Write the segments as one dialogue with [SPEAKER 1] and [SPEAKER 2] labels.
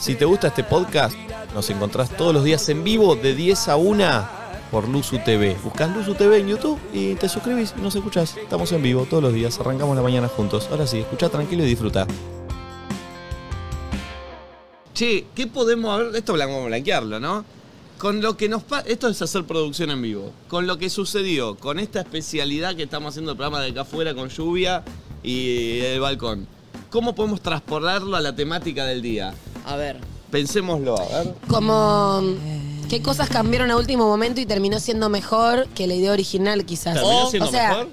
[SPEAKER 1] Si te gusta este podcast, nos encontrás todos los días en vivo de 10 a 1 por Luzu TV. Buscás Luzu TV en YouTube y te suscribís y nos escuchás. Estamos en vivo todos los días, arrancamos la mañana juntos. Ahora sí, escucha tranquilo y disfruta.
[SPEAKER 2] Che, ¿qué podemos haber? Esto vamos a blanquearlo, ¿no? Con lo que nos pasa. Esto es hacer producción en vivo. Con lo que sucedió, con esta especialidad que estamos haciendo el programa de acá afuera con lluvia y el balcón. ¿Cómo podemos transportarlo a la temática del día?
[SPEAKER 3] A ver.
[SPEAKER 2] Pensémoslo, a ver.
[SPEAKER 3] Como. ¿Qué cosas cambiaron a último momento y terminó siendo mejor que la idea original, quizás?
[SPEAKER 2] ¿Terminó
[SPEAKER 3] O-
[SPEAKER 2] siendo
[SPEAKER 3] o sea,
[SPEAKER 2] mejor?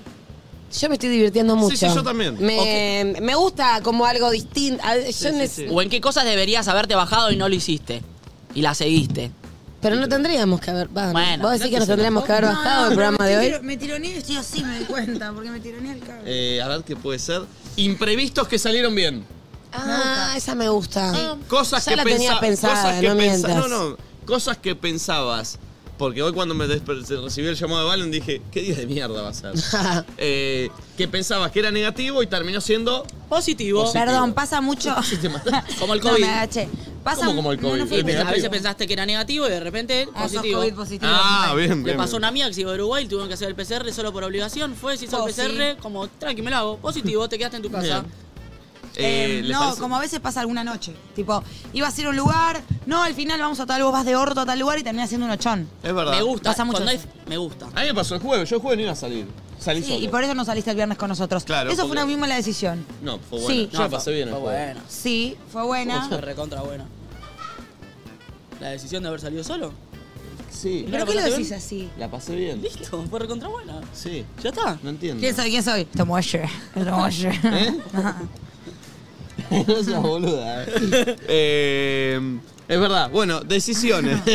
[SPEAKER 3] Yo me estoy divirtiendo
[SPEAKER 2] Sí,
[SPEAKER 3] mucho.
[SPEAKER 2] sí, yo también.
[SPEAKER 3] Me, me gusta como algo distinto. A- yo
[SPEAKER 2] sí,
[SPEAKER 3] nes-
[SPEAKER 2] sí.
[SPEAKER 4] ¿O en qué cosas deberías haberte bajado y no lo hiciste? Y la seguiste.
[SPEAKER 3] Pero no tendríamos que haber. va,
[SPEAKER 4] Bueno,
[SPEAKER 3] ¿Vos decís que nos tendríamos que haber
[SPEAKER 5] No, no,
[SPEAKER 3] bajado el
[SPEAKER 5] pero
[SPEAKER 3] programa
[SPEAKER 5] me
[SPEAKER 3] de hoy?
[SPEAKER 5] tiro- Me tironeé y estoy así, me di cuenta, porque me tironeé el cable.
[SPEAKER 2] Eh, a ver qué puede ser. Imprevistos que salieron bien.
[SPEAKER 3] Ah, esa me gusta.
[SPEAKER 2] Cosas
[SPEAKER 3] ya
[SPEAKER 2] que
[SPEAKER 3] la tenía
[SPEAKER 5] Ah,
[SPEAKER 2] pensa-
[SPEAKER 3] pensada,
[SPEAKER 2] cosas que
[SPEAKER 3] no
[SPEAKER 2] pensa-
[SPEAKER 3] mientas.
[SPEAKER 2] no, no, cosas que pensabas. Porque hoy cuando me desper- recibí el llamado ah, de Valen dije, ¿qué día de mierda va a ser? Eh, que pensabas que era negativo y terminó siendo...
[SPEAKER 4] Positivo.
[SPEAKER 2] Positivo.
[SPEAKER 5] Perdón, pasa mucho.
[SPEAKER 4] Como el
[SPEAKER 5] No,
[SPEAKER 4] COVID.
[SPEAKER 5] me agaché. Pasa
[SPEAKER 2] ¿Cómo como el
[SPEAKER 5] no, no
[SPEAKER 2] COVID?
[SPEAKER 5] fue
[SPEAKER 2] Eh, me-
[SPEAKER 5] COVID.
[SPEAKER 4] a veces pensaste que era negativo y de repente
[SPEAKER 5] Ah, sos
[SPEAKER 4] positivo.
[SPEAKER 5] COVID positivo.
[SPEAKER 2] Ah, bien, bien.
[SPEAKER 4] Le pasó
[SPEAKER 2] bien.
[SPEAKER 4] una amiga que se iba a Uruguay, tuvieron que hacer el PCR solo por obligación. Fue, se hizo
[SPEAKER 5] Oh,
[SPEAKER 4] el PCR, como, tranqui, me lo hago. Positivo, te quedaste en tu casa.
[SPEAKER 2] Bien.
[SPEAKER 5] Eh,
[SPEAKER 2] Eh, ¿les
[SPEAKER 5] no,
[SPEAKER 2] parece?
[SPEAKER 5] como a veces pasa alguna noche. Tipo, ibas a ir a un lugar, no, al final vamos a tal, vos vas de orto a tal lugar y terminás siendo un ochón.
[SPEAKER 2] Es verdad.
[SPEAKER 4] Me gusta.
[SPEAKER 5] Pasa mucho
[SPEAKER 4] Cuando
[SPEAKER 5] eso.
[SPEAKER 4] hay- me gusta.
[SPEAKER 2] A mí me pasó el jueves, yo el jueves no iba a salir. Salí
[SPEAKER 5] Sí,
[SPEAKER 2] solo.
[SPEAKER 5] y por eso no saliste el viernes con nosotros.
[SPEAKER 2] Claro,
[SPEAKER 5] eso fue
[SPEAKER 2] porque-
[SPEAKER 5] una misma la decisión.
[SPEAKER 2] No, fue bueno.
[SPEAKER 5] Sí.
[SPEAKER 2] Yo
[SPEAKER 4] No,
[SPEAKER 2] la pasé
[SPEAKER 4] fue-
[SPEAKER 2] bien el
[SPEAKER 4] fue
[SPEAKER 2] jueves.
[SPEAKER 4] bueno.
[SPEAKER 5] Sí, fue buena.
[SPEAKER 4] Fue recontra buena. La decisión de haber salido solo.
[SPEAKER 2] Sí.
[SPEAKER 5] ¿Pero
[SPEAKER 4] ¿No la
[SPEAKER 5] qué lo
[SPEAKER 4] pasaste
[SPEAKER 5] decís
[SPEAKER 4] bien?
[SPEAKER 5] así?
[SPEAKER 2] La pasé bien.
[SPEAKER 4] Listo, fue recontra buena.
[SPEAKER 2] Sí.
[SPEAKER 4] Ya está.
[SPEAKER 2] No entiendo.
[SPEAKER 5] ¿Quién soy? ¿Quién soy? Tomoyer. Tomoyer.
[SPEAKER 2] ¿Eh? No seas boluda. Eh, es verdad. Bueno, decisiones.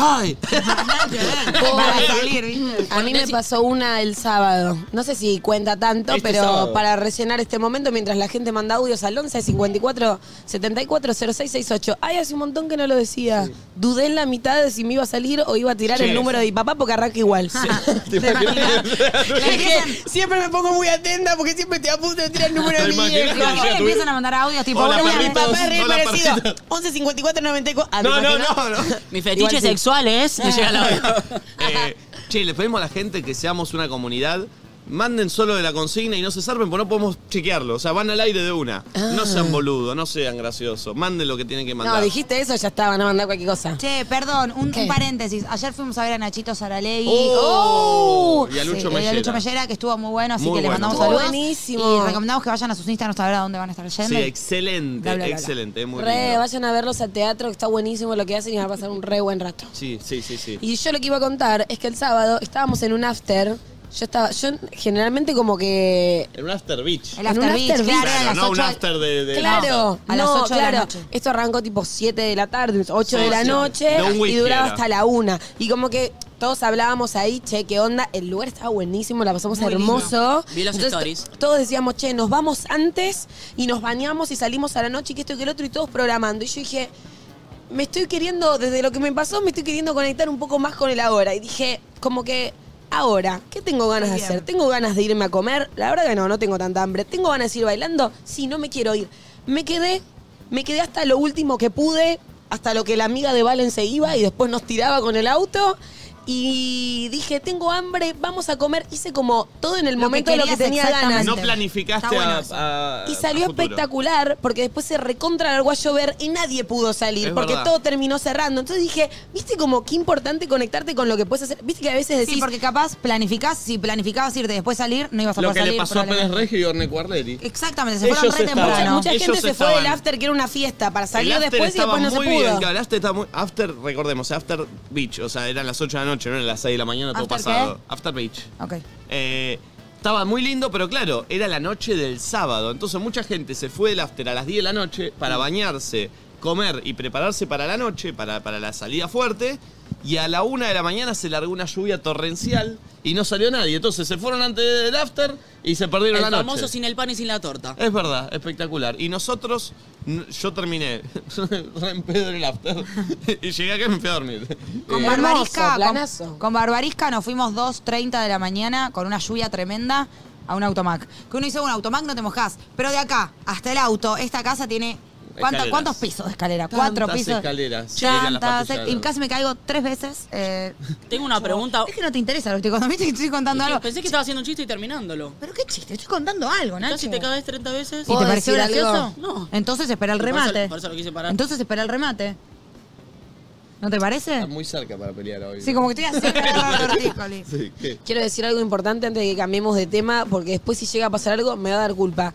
[SPEAKER 2] ¡Ay!
[SPEAKER 5] Para salir, ¿viste?
[SPEAKER 3] A mí me pasó una el sábado. No sé si cuenta tanto,
[SPEAKER 2] Este
[SPEAKER 3] pero
[SPEAKER 2] sábado.
[SPEAKER 3] para rellenar este momento, mientras la gente manda audios al 11 54 74 06 68. Ay, hace un montón que no lo decía. Dudé en la mitad de si me iba a salir o iba a tirar
[SPEAKER 2] Sí.
[SPEAKER 3] el número de mi papá porque arranca igual.
[SPEAKER 2] ¿Te imaginas?
[SPEAKER 5] Le empiezan-
[SPEAKER 3] siempre me pongo muy atenta porque siempre te apunto de tirar el número
[SPEAKER 2] ¿Te
[SPEAKER 3] de mi
[SPEAKER 2] imaginas que
[SPEAKER 3] viejo.
[SPEAKER 2] llega tu
[SPEAKER 5] empiezan a mandar audios tipo,
[SPEAKER 2] Hola,
[SPEAKER 5] buenas
[SPEAKER 2] perritos.
[SPEAKER 5] tardes.
[SPEAKER 3] Papá es re
[SPEAKER 2] Hola,
[SPEAKER 3] parecido.
[SPEAKER 2] perrito.
[SPEAKER 3] 11 54 94. Ah, ¿te
[SPEAKER 2] No, no,
[SPEAKER 3] imaginas?
[SPEAKER 2] no, no.
[SPEAKER 4] Mi fetiche
[SPEAKER 3] Igual sí.
[SPEAKER 4] sexual es. Me llega la hora.
[SPEAKER 2] Eh, che, les pedimos a la gente que seamos una comunidad. Manden solo de la consigna y no se zarpen porque no podemos chequearlo. O sea, van al aire de una. No sean boludos, no sean graciosos. Manden lo que tienen que mandar.
[SPEAKER 3] No, dijiste eso, ya estaba, no mandar cualquier cosa.
[SPEAKER 5] Che, perdón, un,
[SPEAKER 3] ¿Qué?
[SPEAKER 5] un paréntesis. Ayer fuimos a ver a Nachito Saralegui.
[SPEAKER 2] Oh, y a Lucho
[SPEAKER 5] y
[SPEAKER 2] Mellera.
[SPEAKER 5] a Lucho Mellera, que estuvo muy bueno, así
[SPEAKER 2] Muy
[SPEAKER 5] que le
[SPEAKER 2] bueno.
[SPEAKER 5] mandamos
[SPEAKER 3] Estuvo
[SPEAKER 5] saludos.
[SPEAKER 3] buenísimo.
[SPEAKER 5] Y recomendamos que vayan a sus Instagrams a ver a dónde van a estar yendo.
[SPEAKER 2] Sí, excelente,
[SPEAKER 5] Bla, bla, bla, bla.
[SPEAKER 2] excelente. es Muy
[SPEAKER 3] Re,
[SPEAKER 2] lindo.
[SPEAKER 3] vayan a verlos a teatro, que está buenísimo lo que hacen y van a pasar un re buen rato.
[SPEAKER 2] Sí, sí, sí, sí.
[SPEAKER 3] Y yo lo que iba a contar es que el sábado estábamos en un after. Yo estaba, yo generalmente como que.
[SPEAKER 2] En un after beach.
[SPEAKER 5] El
[SPEAKER 3] En un
[SPEAKER 5] After Beach,
[SPEAKER 3] after
[SPEAKER 5] claro,
[SPEAKER 3] beach.
[SPEAKER 5] a
[SPEAKER 2] Claro,
[SPEAKER 5] las
[SPEAKER 2] no un
[SPEAKER 5] 8 de-
[SPEAKER 2] after de... de-
[SPEAKER 3] Claro,
[SPEAKER 5] A las
[SPEAKER 3] no,
[SPEAKER 5] ocho de la
[SPEAKER 3] claro.
[SPEAKER 5] noche.
[SPEAKER 3] Esto arrancó tipo 7 de la tarde, 8
[SPEAKER 2] Sí,
[SPEAKER 3] de la
[SPEAKER 2] sí.
[SPEAKER 3] noche
[SPEAKER 2] De un
[SPEAKER 3] y
[SPEAKER 2] whisky
[SPEAKER 3] duraba
[SPEAKER 2] era.
[SPEAKER 3] hasta la 1. Y como que todos hablábamos ahí, che, qué onda. El lugar estaba buenísimo, la pasamos
[SPEAKER 5] Muy
[SPEAKER 3] hermoso.
[SPEAKER 4] Vi las
[SPEAKER 3] Entonces,
[SPEAKER 4] stories.
[SPEAKER 3] to- Todos decíamos, che, nos vamos antes y nos bañamos y salimos a la noche y que esto y que el otro y todos programando. Y yo dije, me estoy queriendo, desde lo que me pasó, me estoy queriendo conectar un poco más con el ahora. Y dije, como que, ahora, ¿qué tengo ganas de
[SPEAKER 5] Bien.
[SPEAKER 3] hacer? ¿Tengo ganas de irme a comer? La verdad que no, no tengo tanta hambre. ¿Tengo ganas de ir bailando? Sí, no me quiero ir. Me quedé, me quedé hasta lo último que pude, hasta lo que la amiga de Valen se iba y después nos tiraba con el auto. Y dije, tengo hambre, vamos a comer. Hice como todo en el
[SPEAKER 5] Lo que
[SPEAKER 3] momento de lo que
[SPEAKER 5] querías
[SPEAKER 3] tenía ganas.
[SPEAKER 5] exactamente.
[SPEAKER 2] No planificaste
[SPEAKER 5] Está bueno
[SPEAKER 2] a-
[SPEAKER 5] eso.
[SPEAKER 2] a,
[SPEAKER 3] Y
[SPEAKER 2] a
[SPEAKER 3] salió
[SPEAKER 2] futuro.
[SPEAKER 3] espectacular porque después se recontra largó a llover y nadie pudo salir
[SPEAKER 2] Es
[SPEAKER 3] porque
[SPEAKER 2] verdad.
[SPEAKER 3] todo terminó cerrando. Entonces dije, viste como qué importante conectarte con lo que puedes hacer. Viste que a veces decís,
[SPEAKER 5] Sí, porque capaz planificás, si planificabas irte después salir, no ibas a
[SPEAKER 2] Lo
[SPEAKER 5] poder
[SPEAKER 2] que le
[SPEAKER 5] salir,
[SPEAKER 2] pasó a Pérez
[SPEAKER 5] probablemente. Eh,
[SPEAKER 2] Regio y Orne Cuarleri.
[SPEAKER 5] Exactamente, se
[SPEAKER 2] Ellos
[SPEAKER 5] fueron re
[SPEAKER 2] estaban-
[SPEAKER 5] temprano.
[SPEAKER 3] mucha
[SPEAKER 2] ellos
[SPEAKER 3] gente se fue del
[SPEAKER 2] estaban-
[SPEAKER 3] after que era una fiesta para
[SPEAKER 2] El
[SPEAKER 3] salir
[SPEAKER 2] after
[SPEAKER 3] después y
[SPEAKER 2] estaba
[SPEAKER 3] después no se
[SPEAKER 2] muy bien,
[SPEAKER 3] pudo.
[SPEAKER 2] claro, el after estaba muy... After, recordemos, after beach. O sea, eran las 8 de la noche, no eran las 6 de la mañana, todo
[SPEAKER 5] ¿After qué?
[SPEAKER 2] pasado. After beach.
[SPEAKER 5] Ok.
[SPEAKER 2] Eh, estaba muy lindo, pero claro, era la noche del sábado. Entonces mucha gente se fue del after a las 10 de la noche para bañarse, comer y prepararse para la noche, para, para la salida fuerte. Y a la una de la mañana se largó una lluvia torrencial y no salió nadie. Entonces se fueron antes del after y se perdieron
[SPEAKER 4] El
[SPEAKER 2] la noche.
[SPEAKER 4] famoso sin el pan y sin la torta.
[SPEAKER 2] Es verdad, espectacular. Y nosotros, n- yo terminé re en pedo en el after y llegué acá y me fui a dormir.
[SPEAKER 5] Con
[SPEAKER 3] Eh, hermoso,
[SPEAKER 5] Barbarisca,
[SPEAKER 3] planazo.
[SPEAKER 5] con, con Barbarisca nos fuimos 2.30 de la mañana con una lluvia tremenda a un automac. Que uno dice, bueno, automac no te mojás, pero de acá hasta el auto, esta casa tiene ¿Cuánto-
[SPEAKER 2] Escaleras.
[SPEAKER 5] ¿Cuántos pisos de escalera?
[SPEAKER 2] Tantas
[SPEAKER 5] Cuatro pisos.
[SPEAKER 2] escaleras. Llegan las
[SPEAKER 5] Tantas,
[SPEAKER 2] patrullas.
[SPEAKER 5] y casi me caigo tres veces. eh,
[SPEAKER 4] Tengo una pregunta.
[SPEAKER 5] es que no te interesa lo que estoy contando. ¿viste? Estoy contando algo.
[SPEAKER 4] Pensé Oh. que estaba haciendo un chiste y terminándolo.
[SPEAKER 5] Pero qué chiste, estoy contando algo, Nacho.
[SPEAKER 4] Casi te caes 30 veces.
[SPEAKER 5] ¿Y te
[SPEAKER 3] ¿Puedo
[SPEAKER 5] pareció
[SPEAKER 3] decir
[SPEAKER 5] gracioso?
[SPEAKER 3] algo?
[SPEAKER 4] No.
[SPEAKER 5] Entonces espera el
[SPEAKER 4] Por eso-
[SPEAKER 5] remate.
[SPEAKER 4] por eso lo quise parar.
[SPEAKER 5] Entonces espera el remate. ¿No te parece?
[SPEAKER 2] Están muy cerca para pelear hoy.
[SPEAKER 5] Sí, como que estoy haciendo el tortícoli.
[SPEAKER 2] Sí, ¿qué?
[SPEAKER 3] Quiero decir algo importante antes de que cambiemos de tema, porque después si llega a pasar algo me va a dar culpa.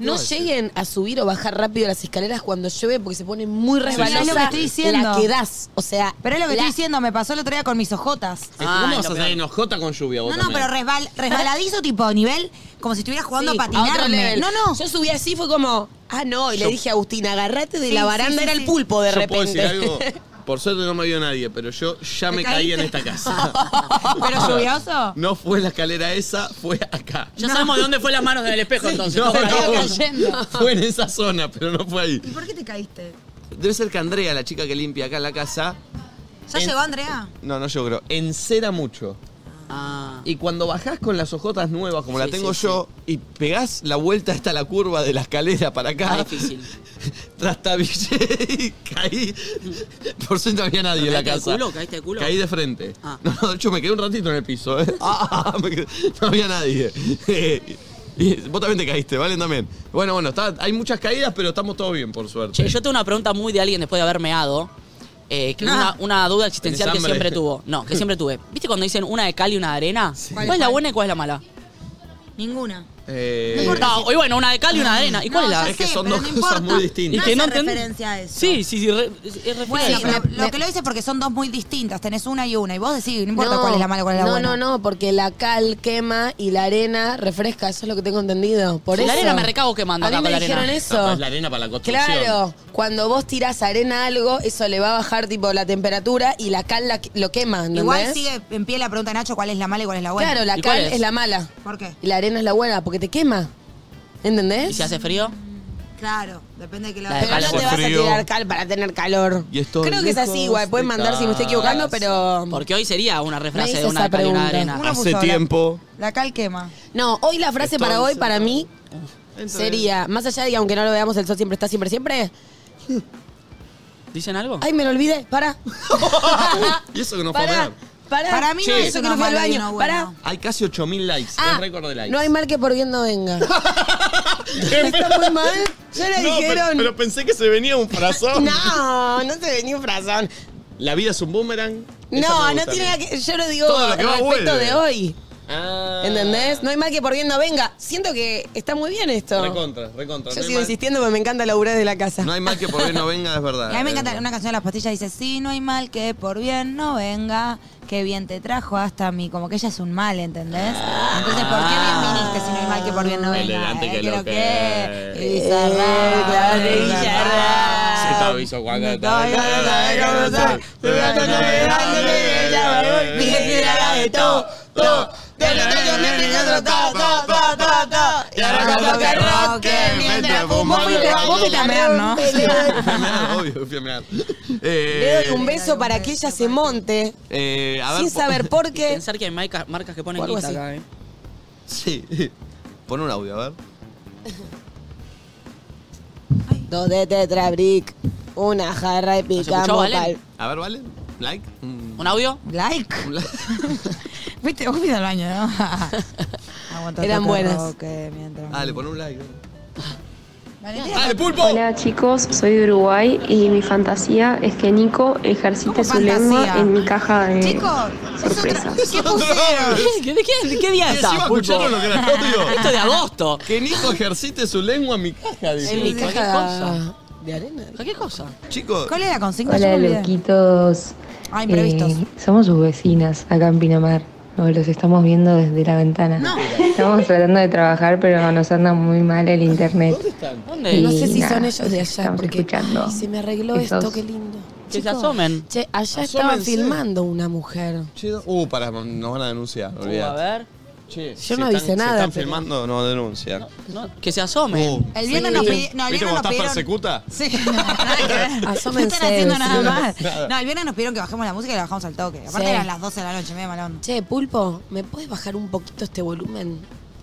[SPEAKER 3] No lleguen a subir o bajar rápido las escaleras cuando llueve porque se pone muy
[SPEAKER 5] sí,
[SPEAKER 3] resbalosa
[SPEAKER 5] es lo que estoy diciendo.
[SPEAKER 3] la que das. O sea,
[SPEAKER 5] Pero es lo que
[SPEAKER 3] la-
[SPEAKER 5] estoy diciendo, me pasó el otro día con mis ojotas.
[SPEAKER 4] Ah,
[SPEAKER 2] ¿Cómo vas
[SPEAKER 4] es lo
[SPEAKER 2] a
[SPEAKER 4] peor.
[SPEAKER 2] salir enojota con lluvia vos
[SPEAKER 5] No, no, pero
[SPEAKER 2] también?
[SPEAKER 5] resbal, resbaladizo tipo nivel, como si estuviera jugando
[SPEAKER 3] Sí,
[SPEAKER 5] a
[SPEAKER 3] otro
[SPEAKER 5] patinarme.
[SPEAKER 3] level.
[SPEAKER 5] No, no.
[SPEAKER 3] Yo subí así, fue como, ah, no, y le dije a Agustín, agarrate de
[SPEAKER 5] Sí,
[SPEAKER 3] la
[SPEAKER 5] sí,
[SPEAKER 3] baranda,
[SPEAKER 5] sí,
[SPEAKER 3] era
[SPEAKER 5] sí.
[SPEAKER 3] el pulpo de
[SPEAKER 2] Yo puedo decir
[SPEAKER 3] repente.
[SPEAKER 2] algo. Por suerte no me vio nadie, pero yo ya me caí en
[SPEAKER 5] caíste?
[SPEAKER 2] esta casa.
[SPEAKER 5] ¿Pero lluvioso?
[SPEAKER 2] No fue la escalera esa, fue acá.
[SPEAKER 4] Ya sabemos de dónde fue las manos del espejo entonces.
[SPEAKER 2] No,
[SPEAKER 4] Por ahí.
[SPEAKER 2] no.
[SPEAKER 5] cayendo.
[SPEAKER 2] Fue en esa zona, pero no fue ahí.
[SPEAKER 5] ¿Y por qué te caíste?
[SPEAKER 2] Debe ser que Andrea, la chica que limpia acá la casa,
[SPEAKER 5] ¿Ya
[SPEAKER 2] En-
[SPEAKER 5] llegó Andrea?
[SPEAKER 2] no, no yo creo, encera mucho.
[SPEAKER 4] Ah.
[SPEAKER 2] Y cuando bajás con las ojotas nuevas, como la
[SPEAKER 4] Sí,
[SPEAKER 2] tengo
[SPEAKER 4] sí,
[SPEAKER 2] yo, y pegás la vuelta hasta la curva de la escalera para acá,
[SPEAKER 4] Ah, difícil.
[SPEAKER 2] trastabillé y caí. Por suerte no había nadie en la
[SPEAKER 4] ¿Caíste de
[SPEAKER 2] casa.
[SPEAKER 4] culo? ¿Caíste de culo?
[SPEAKER 2] Caí de frente.
[SPEAKER 4] Ah.
[SPEAKER 2] No, no, de hecho me quedé un ratito en el piso. ¿eh? Ah, me quedé- no había nadie. Y vos también te caíste, ¿vale? También. Bueno, bueno, está- hay muchas caídas, pero estamos todos bien, por suerte.
[SPEAKER 4] Che, yo tengo una pregunta muy de alguien después de haber meado. eh, que es
[SPEAKER 5] Ah.
[SPEAKER 4] una, una duda existencial que
[SPEAKER 2] ¿Tenés hambre?
[SPEAKER 4] siempre tuvo. No, que siempre tuve. ¿Viste cuando dicen una de cal y una de arena? ¿Cuál,
[SPEAKER 5] ¿Cuál?
[SPEAKER 4] es la buena y cuál es la mala?
[SPEAKER 5] Ninguna.
[SPEAKER 2] Eh,
[SPEAKER 5] No importa.
[SPEAKER 4] No, y bueno, una de cal y una de arena. ¿Y cuál es la?
[SPEAKER 5] ya
[SPEAKER 2] Es que
[SPEAKER 5] sé,
[SPEAKER 2] son
[SPEAKER 5] pero
[SPEAKER 2] dos
[SPEAKER 5] no
[SPEAKER 2] cosas
[SPEAKER 5] importa.
[SPEAKER 2] muy distintas.
[SPEAKER 5] No
[SPEAKER 4] Y que no
[SPEAKER 5] hace
[SPEAKER 4] entend-
[SPEAKER 5] referencia a eso.
[SPEAKER 4] Sí, sí, sí. re- es- es
[SPEAKER 5] Bueno,
[SPEAKER 4] referencia.
[SPEAKER 5] pero
[SPEAKER 3] me-
[SPEAKER 5] lo
[SPEAKER 3] me-
[SPEAKER 5] que lo dice es porque son dos muy distintas. Tenés una y una. Y vos decís, no importa cuál es la mala, cuál es la
[SPEAKER 3] no,
[SPEAKER 5] buena.
[SPEAKER 3] No, no, porque la cal quema y la arena refresca, eso es lo que tengo entendido. Por
[SPEAKER 4] La
[SPEAKER 3] eso-
[SPEAKER 4] arena me recago quemando
[SPEAKER 3] A mí
[SPEAKER 4] acá con
[SPEAKER 3] me
[SPEAKER 4] la
[SPEAKER 3] dijeron
[SPEAKER 4] arena.
[SPEAKER 3] eso.
[SPEAKER 2] la arena para la construcción.
[SPEAKER 3] Claro, cuando vos tirás arena a algo, eso le va a bajar tipo la temperatura y la cal la- lo quema, ¿entendés?
[SPEAKER 5] Igual sigue en pie la pregunta de Nacho, cuál es la mala y cuál es la buena.
[SPEAKER 3] Claro, la
[SPEAKER 4] ¿Y
[SPEAKER 3] cal
[SPEAKER 4] cuál es?
[SPEAKER 3] es? la mala
[SPEAKER 5] ¿Por qué?
[SPEAKER 3] y la arena es la buena porque te quema. ¿Entendés?
[SPEAKER 4] ¿Y si hace frío?
[SPEAKER 5] Claro, depende de que
[SPEAKER 4] La de
[SPEAKER 3] Pero
[SPEAKER 4] Cal
[SPEAKER 3] no
[SPEAKER 4] por
[SPEAKER 3] te vas a
[SPEAKER 2] frío.
[SPEAKER 3] tirar cal para tener calor.
[SPEAKER 2] Y estoy
[SPEAKER 3] Creo que es
[SPEAKER 2] lejos
[SPEAKER 3] así igual. Pueden
[SPEAKER 2] de
[SPEAKER 3] mandar si me estoy equivocando,
[SPEAKER 2] casa.
[SPEAKER 3] pero.
[SPEAKER 4] Porque hoy sería una
[SPEAKER 3] Me
[SPEAKER 4] refrase
[SPEAKER 3] hice
[SPEAKER 4] de una
[SPEAKER 3] esa
[SPEAKER 4] de cal y una de
[SPEAKER 3] pregunta.
[SPEAKER 4] arena.
[SPEAKER 5] Uno
[SPEAKER 2] Hace
[SPEAKER 5] puso la-
[SPEAKER 2] tiempo.
[SPEAKER 5] La cal quema.
[SPEAKER 3] No, hoy la frase
[SPEAKER 2] Estoy
[SPEAKER 3] para hoy,
[SPEAKER 2] cerca.
[SPEAKER 3] para mí, sería, más allá de que aunque no lo veamos, el sol siempre está siempre, siempre.
[SPEAKER 4] ¿Dicen algo?
[SPEAKER 3] Ay, me lo olvidé, para.
[SPEAKER 2] Y eso que no fue
[SPEAKER 3] para,
[SPEAKER 2] real.
[SPEAKER 3] para.
[SPEAKER 5] Para mí no
[SPEAKER 2] Sí.
[SPEAKER 5] es
[SPEAKER 3] eso que
[SPEAKER 5] una
[SPEAKER 3] no fui al
[SPEAKER 5] mala y una
[SPEAKER 3] baño.
[SPEAKER 5] buena.
[SPEAKER 3] Para.
[SPEAKER 2] Hay casi 8.000 likes.
[SPEAKER 3] Ah,
[SPEAKER 2] es récord de likes.
[SPEAKER 3] No hay mal que por bien no venga. está muy mal. Ya le
[SPEAKER 2] No,
[SPEAKER 3] dijeron.
[SPEAKER 2] Pero, pero pensé que se venía un frazón.
[SPEAKER 3] No, no te venía un frazón.
[SPEAKER 2] La vida es un boomerang. Esa
[SPEAKER 3] No,
[SPEAKER 2] me
[SPEAKER 3] no
[SPEAKER 2] gusta
[SPEAKER 3] tiene
[SPEAKER 2] a
[SPEAKER 3] nada
[SPEAKER 2] mí.
[SPEAKER 3] que. Yo lo digo
[SPEAKER 2] Todo lo que va,
[SPEAKER 3] respecto
[SPEAKER 2] vuelve.
[SPEAKER 3] de hoy.
[SPEAKER 2] Ah.
[SPEAKER 3] ¿Entendés? No hay mal que por bien no venga. Siento que está muy bien esto.
[SPEAKER 2] Recontra, recontra.
[SPEAKER 3] Yo
[SPEAKER 2] no, hay
[SPEAKER 3] sigo
[SPEAKER 2] mal-
[SPEAKER 3] insistiendo porque me encanta laburar de la casa.
[SPEAKER 2] no hay mal que por bien no venga, es Ah, verdad.
[SPEAKER 5] Y a mí me encanta una canción de las pastillas dice, sí, no hay mal que por bien no venga, que bien te trajo hasta mí, como que ella es un mal, ¿entendés? Entonces, ¿por qué bien viniste si no hay mal que por bien no venga?
[SPEAKER 2] Elegante que lo que-
[SPEAKER 5] Y Bizarrap,
[SPEAKER 3] Eh, claro,
[SPEAKER 5] y
[SPEAKER 3] Bizarrap.
[SPEAKER 2] Se te
[SPEAKER 5] Bizarrap.
[SPEAKER 2] aviso cuando
[SPEAKER 5] Me
[SPEAKER 2] te-
[SPEAKER 5] doy ganas de conocer, te voy a contar que grande, que ella me voy, dije que era de todo, todo, de lo que yo me encuentro, todo, todo, todo, todo, todo. Y ahora con lo que roque, mientras fumo,
[SPEAKER 3] Vos fuiste- vos fuiste a mear, ¿no?
[SPEAKER 2] Fui a mear, obvio, fui a mear.
[SPEAKER 3] Le
[SPEAKER 2] Eh,
[SPEAKER 3] doy un beso para que ella se monte
[SPEAKER 2] eh, a ver,
[SPEAKER 3] sin
[SPEAKER 2] po-
[SPEAKER 3] saber por qué.
[SPEAKER 4] Pensar que hay marca- marcas que
[SPEAKER 3] O
[SPEAKER 4] ponen
[SPEAKER 3] algo
[SPEAKER 4] guita
[SPEAKER 3] así.
[SPEAKER 4] acá, ¿eh?
[SPEAKER 2] Sí. Pon un audio, a ver.
[SPEAKER 3] Dos de tetrabric, una jarra y picamos
[SPEAKER 4] escuchó, Valen?
[SPEAKER 3] pal.
[SPEAKER 2] A ver, ¿vale? ¿Like? Mm,
[SPEAKER 4] ¿Un audio?
[SPEAKER 5] Like.
[SPEAKER 2] un like.
[SPEAKER 5] Viste, vos fuiste al baño, ¿no? Aguantate
[SPEAKER 3] Eran
[SPEAKER 5] que
[SPEAKER 3] buenas.
[SPEAKER 5] roque, eh, mientras-
[SPEAKER 2] Dale, pon un like.
[SPEAKER 5] Valentina,
[SPEAKER 2] ¡Dale, Ah, pulpo!
[SPEAKER 6] Hola chicos, soy de Uruguay y mi fantasía es que Nico ejercite
[SPEAKER 5] ¿Cómo
[SPEAKER 6] su
[SPEAKER 5] fantasía?
[SPEAKER 6] lengua en mi caja
[SPEAKER 2] Ah.
[SPEAKER 6] de
[SPEAKER 5] Chicos, es otra.
[SPEAKER 6] sorpresas.
[SPEAKER 5] ¿Qué pusieron?
[SPEAKER 4] ¿Qué- ¿De qué, de qué día
[SPEAKER 2] Y encima
[SPEAKER 4] está, Pulpo?
[SPEAKER 2] escucharon lo que era
[SPEAKER 4] Esto
[SPEAKER 2] audio.
[SPEAKER 4] de agosto.
[SPEAKER 2] Que Nico ejercite su lengua en mi caja, dice.
[SPEAKER 3] En mi
[SPEAKER 4] cualquier
[SPEAKER 3] caja de arena.
[SPEAKER 4] ¿Qué cosa?
[SPEAKER 2] Chicos,
[SPEAKER 5] ¿Cuál era la consigna? Yo
[SPEAKER 7] Hola
[SPEAKER 5] me olvidé.
[SPEAKER 7] loquitos.
[SPEAKER 5] Ah, imprevistos.
[SPEAKER 7] Eh, somos sus vecinas acá en Pinamar. Nos los estamos viendo desde la ventana. Estamos tratando de trabajar, pero nos anda muy mal el internet.
[SPEAKER 2] ¿dónde están?
[SPEAKER 4] ¿Dónde?
[SPEAKER 3] No sé si
[SPEAKER 7] nada,
[SPEAKER 3] son ellos de allá,
[SPEAKER 7] estamos
[SPEAKER 3] porque
[SPEAKER 7] escuchando
[SPEAKER 3] ay, se me arregló
[SPEAKER 7] esos.
[SPEAKER 3] esto, qué lindo.
[SPEAKER 4] Que se
[SPEAKER 3] Chicos,
[SPEAKER 4] asomen.
[SPEAKER 3] Che, allá estaban
[SPEAKER 2] Asómense.
[SPEAKER 3] filmando una mujer.
[SPEAKER 2] Chido. Uh, pará, nos van a denunciar,
[SPEAKER 4] Uh, a
[SPEAKER 2] olvidate.
[SPEAKER 4] ver.
[SPEAKER 2] Che,
[SPEAKER 3] Yo no avisé nada,
[SPEAKER 2] Si están
[SPEAKER 3] pero-
[SPEAKER 2] filmando, nos denuncian.
[SPEAKER 4] No, que se asomen.
[SPEAKER 2] Uh.
[SPEAKER 5] El viernes nos
[SPEAKER 3] Sí.
[SPEAKER 5] pidieron. No, el
[SPEAKER 2] ¿Viste
[SPEAKER 5] viernes
[SPEAKER 2] cómo
[SPEAKER 5] nos
[SPEAKER 2] estás
[SPEAKER 5] pidieron.
[SPEAKER 2] persecuta?
[SPEAKER 5] Sí, no, nada que ver. No
[SPEAKER 3] Asómense,
[SPEAKER 5] están haciendo nada
[SPEAKER 3] sí.
[SPEAKER 5] más. No, el viernes nos pidieron que bajemos la música y la bajamos al toque. Aparte
[SPEAKER 3] Sí.
[SPEAKER 5] eran las 12 de la noche, media malón.
[SPEAKER 3] Che, Pulpo, ¿me puedes bajar un poquito este volumen?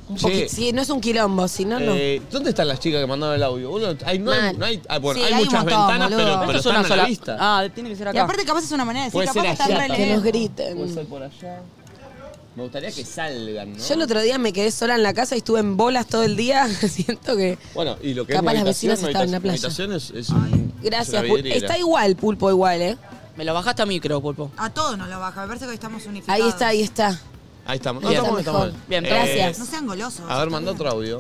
[SPEAKER 3] Un
[SPEAKER 2] Che.
[SPEAKER 3] poquito. Sí, no es un quilombo, si no, no.
[SPEAKER 2] Eh, ¿Dónde están las chicas que mandaron el audio? Uno, hay, no, hay,
[SPEAKER 3] Mal.
[SPEAKER 2] no hay- ah, bueno,
[SPEAKER 5] Sí,
[SPEAKER 2] hay
[SPEAKER 5] hay un
[SPEAKER 2] muchas
[SPEAKER 5] montón,
[SPEAKER 2] ventanas,
[SPEAKER 5] boludo.
[SPEAKER 2] pero,
[SPEAKER 5] Esto
[SPEAKER 2] pero
[SPEAKER 4] es una
[SPEAKER 2] están a la
[SPEAKER 4] sola.
[SPEAKER 2] vista.
[SPEAKER 4] Ah, tiene que ser
[SPEAKER 5] Y
[SPEAKER 4] acá.
[SPEAKER 5] aparte capaz es una manera de decir,
[SPEAKER 2] Puede
[SPEAKER 5] capaz
[SPEAKER 2] ser
[SPEAKER 5] que están
[SPEAKER 2] allá
[SPEAKER 5] re
[SPEAKER 3] Que nos
[SPEAKER 5] lejos.
[SPEAKER 2] Puede ser
[SPEAKER 3] griten.
[SPEAKER 2] por allá. Me gustaría que salgan, Pues ¿no?
[SPEAKER 3] Yo el otro día me quedé sola en la casa y estuve en bolas todo el día. Siento que.
[SPEAKER 2] Bueno, y lo que es
[SPEAKER 3] Capaz
[SPEAKER 2] mi
[SPEAKER 3] las
[SPEAKER 2] habitación,
[SPEAKER 3] vecinas
[SPEAKER 2] mi
[SPEAKER 3] estaban en la
[SPEAKER 2] habitación- mi
[SPEAKER 3] playa.
[SPEAKER 2] habitación es, es un-
[SPEAKER 3] Gracias,
[SPEAKER 2] es una
[SPEAKER 3] Pul-
[SPEAKER 2] vidriera.
[SPEAKER 3] Está igual, pulpo, igual, ¿eh?
[SPEAKER 4] Me lo bajaste a mí, creo, Pulpo.
[SPEAKER 5] A todos nos lo baja, me parece que hoy estamos unificados.
[SPEAKER 3] Ahí está, ahí está.
[SPEAKER 2] Ahí estamos. No,
[SPEAKER 4] Bien.
[SPEAKER 2] estamos,
[SPEAKER 3] Está
[SPEAKER 2] estamos
[SPEAKER 3] mejor.
[SPEAKER 2] bien.
[SPEAKER 4] Bien,
[SPEAKER 3] gracias.
[SPEAKER 5] No sean golosos.
[SPEAKER 2] A ver, manda otro audio.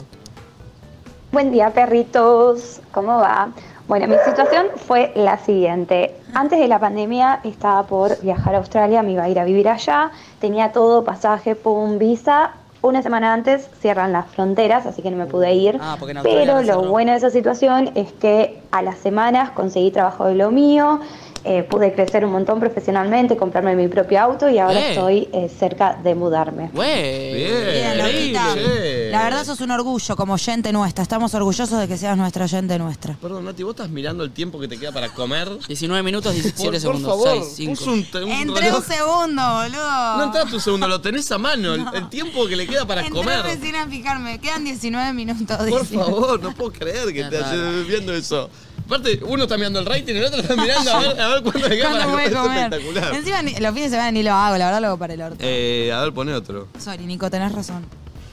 [SPEAKER 8] Buen día, perritos. ¿Cómo va? Bueno, mi situación fue la siguiente. Antes de la pandemia estaba por viajar a Australia, me iba a ir a vivir allá. Tenía todo, pasaje, pum, visa. Una semana antes cierran las fronteras, así que no me pude ir.
[SPEAKER 4] Ah, porque en Australia
[SPEAKER 8] Pero
[SPEAKER 4] no
[SPEAKER 8] lo
[SPEAKER 4] cerró.
[SPEAKER 8] bueno de esa situación es que a las semanas conseguí trabajo de lo mío, eh, pude crecer un montón profesionalmente, comprarme mi propio auto y ahora
[SPEAKER 4] Eh.
[SPEAKER 8] estoy eh, cerca de mudarme.
[SPEAKER 4] Güey.
[SPEAKER 5] Bien, Lorita.
[SPEAKER 2] Increíble.
[SPEAKER 5] La verdad sos un orgullo como oyente nuestra. Estamos orgullosos de que seas nuestra oyente nuestra.
[SPEAKER 2] Perdón, Nati, ¿vos estás mirando el tiempo que te queda para comer?
[SPEAKER 4] 19 minutos, 17
[SPEAKER 2] Por, por
[SPEAKER 4] segundos.
[SPEAKER 2] favor,
[SPEAKER 4] 6,
[SPEAKER 2] puso
[SPEAKER 4] 5.
[SPEAKER 2] un, te- un
[SPEAKER 5] Entré
[SPEAKER 2] reloj.
[SPEAKER 5] un segundo, boludo.
[SPEAKER 2] No entras un segundo, lo tenés a mano, el, el tiempo que le queda para
[SPEAKER 5] Entré
[SPEAKER 2] comer.
[SPEAKER 5] recién a fijarme. Quedan 19 minutos.
[SPEAKER 2] Por
[SPEAKER 5] dice.
[SPEAKER 2] favor, no puedo creer que
[SPEAKER 4] Es
[SPEAKER 2] estés
[SPEAKER 4] raro.
[SPEAKER 2] viendo eso. Aparte, uno está mirando el rating y el otro está mirando a ver, a ver cuándo le queda
[SPEAKER 5] ¿Cuándo
[SPEAKER 2] para
[SPEAKER 5] voy a
[SPEAKER 2] comer. Es
[SPEAKER 5] comer?
[SPEAKER 2] espectacular.
[SPEAKER 5] Encima ni- los fines de semana ni lo hago, la verdad lo hago para el orto.
[SPEAKER 2] Eh, a ver, pone otro.
[SPEAKER 5] Sorry, Nico, tenés razón.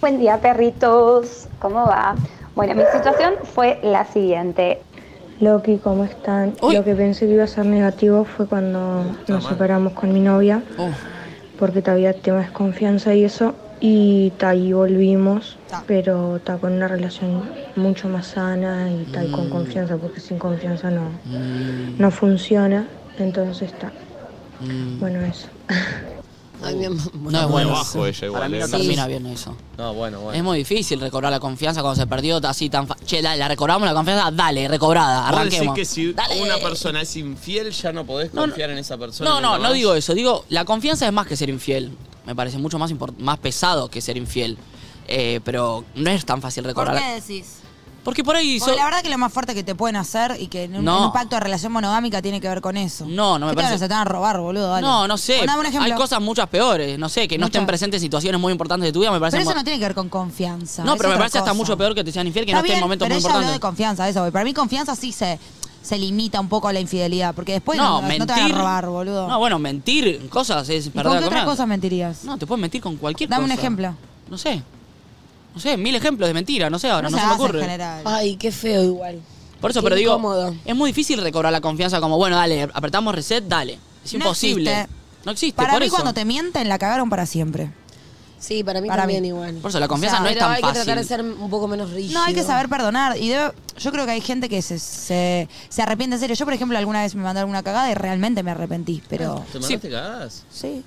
[SPEAKER 8] Buen día, perritos. ¿Cómo va? Bueno, mi situación fue la siguiente.
[SPEAKER 7] Loki, ¿cómo están?
[SPEAKER 4] Uy.
[SPEAKER 7] Lo que pensé que iba a ser negativo fue cuando nos separamos con mi novia,
[SPEAKER 4] Oh,
[SPEAKER 7] porque todavía tema desconfianza y eso. Y ta, ahí volvimos,
[SPEAKER 5] Ta.
[SPEAKER 7] pero ta, con una relación mucho más sana y ta, y con confianza, porque sin confianza no, no funciona. Entonces está. Bueno, eso.
[SPEAKER 3] Ay, mi amor.
[SPEAKER 4] no es bueno.
[SPEAKER 2] bajo ella igual,
[SPEAKER 4] Para mí
[SPEAKER 2] eh.
[SPEAKER 4] no
[SPEAKER 2] Sí.
[SPEAKER 4] termina bien Em, eso.
[SPEAKER 2] No, bueno, bueno.
[SPEAKER 4] Es muy difícil recobrar la confianza cuando se perdió así tan fa- Che, dale, la recobramos la confianza, dale,
[SPEAKER 2] Vos
[SPEAKER 4] recobrada,
[SPEAKER 2] decís
[SPEAKER 4] arranquemos.
[SPEAKER 2] que si
[SPEAKER 4] Dale.
[SPEAKER 2] una persona es infiel, ya no podés
[SPEAKER 4] No, no.
[SPEAKER 2] confiar en esa persona.
[SPEAKER 4] No, no,
[SPEAKER 2] nunca
[SPEAKER 4] no
[SPEAKER 2] más?
[SPEAKER 4] digo eso. Digo, la confianza es más que ser infiel. Me parece mucho más, import- más pesado que ser infiel. Eh, pero no es tan fácil
[SPEAKER 5] ¿Por
[SPEAKER 4] recobrar.
[SPEAKER 5] qué decís?
[SPEAKER 4] Porque por ahí.
[SPEAKER 5] Porque
[SPEAKER 4] so-
[SPEAKER 5] la verdad que lo más fuerte que te pueden hacer y que en un,
[SPEAKER 4] No.
[SPEAKER 5] en un pacto de relación monogámica tiene que ver con eso.
[SPEAKER 4] No, no me
[SPEAKER 5] ¿Qué Te van
[SPEAKER 4] parece-
[SPEAKER 5] a, se te van a robar, boludo. dale.
[SPEAKER 4] No, no sé.
[SPEAKER 5] Bueno, dame un ejemplo.
[SPEAKER 4] Hay cosas muchas peores. No sé, que no
[SPEAKER 5] Muchas.
[SPEAKER 4] estén presentes situaciones muy importantes de tu vida. Me parece
[SPEAKER 5] Pero eso
[SPEAKER 4] mu-
[SPEAKER 5] no tiene que ver con confianza.
[SPEAKER 4] No,
[SPEAKER 5] es
[SPEAKER 4] pero me
[SPEAKER 5] otra
[SPEAKER 4] parece hasta
[SPEAKER 5] cosa.
[SPEAKER 4] mucho peor que te sean infiel, que
[SPEAKER 5] Está
[SPEAKER 4] no estén en
[SPEAKER 5] bien,
[SPEAKER 4] momentos
[SPEAKER 5] pero
[SPEAKER 4] muy
[SPEAKER 5] ella habló de
[SPEAKER 4] importantes.
[SPEAKER 5] confianza, eso. voy. Para mí confianza sí se, se limita un poco a la infidelidad, porque después no,
[SPEAKER 4] no,
[SPEAKER 5] no
[SPEAKER 4] mentir.
[SPEAKER 5] te van a robar, boludo.
[SPEAKER 4] No, bueno, mentir cosas es
[SPEAKER 5] ¿Y
[SPEAKER 4] perder
[SPEAKER 5] con
[SPEAKER 4] la
[SPEAKER 5] qué otras
[SPEAKER 4] confianza.
[SPEAKER 5] cosas mentirías?
[SPEAKER 4] No, te puedes mentir con cualquier
[SPEAKER 5] Dame un
[SPEAKER 4] cosa.
[SPEAKER 5] ejemplo.
[SPEAKER 4] No sé. No sé, mil ejemplos de mentira, no sé ahora, no,
[SPEAKER 5] se
[SPEAKER 4] se, me
[SPEAKER 5] hace en
[SPEAKER 4] ocurre. Ah,
[SPEAKER 5] general.
[SPEAKER 3] Ay, qué feo igual.
[SPEAKER 4] Por eso,
[SPEAKER 3] Qué
[SPEAKER 4] pero digo,
[SPEAKER 3] incómodo.
[SPEAKER 4] es muy difícil recobrar la confianza como, bueno, dale, apretamos reset, dale. Es
[SPEAKER 5] No
[SPEAKER 4] imposible.
[SPEAKER 5] existe.
[SPEAKER 4] No existe,
[SPEAKER 5] Para
[SPEAKER 4] por
[SPEAKER 5] mí
[SPEAKER 4] eso.
[SPEAKER 5] cuando te mienten la cagaron para siempre.
[SPEAKER 3] Sí, para mí
[SPEAKER 5] Para
[SPEAKER 3] también
[SPEAKER 5] mí.
[SPEAKER 3] igual.
[SPEAKER 4] Por eso la
[SPEAKER 5] O sea,
[SPEAKER 4] confianza no es
[SPEAKER 3] Pero
[SPEAKER 4] tan
[SPEAKER 3] hay que
[SPEAKER 4] fácil.
[SPEAKER 3] tratar de ser un poco menos rígido.
[SPEAKER 5] No, hay que saber perdonar. Y debe- yo creo que hay gente que se, se, se arrepiente en serio. Yo, por ejemplo, alguna vez me mandaron una cagada y realmente me arrepentí,
[SPEAKER 4] Ah,
[SPEAKER 5] pero...
[SPEAKER 2] ¿Te mandaste cagadas?
[SPEAKER 5] Sí.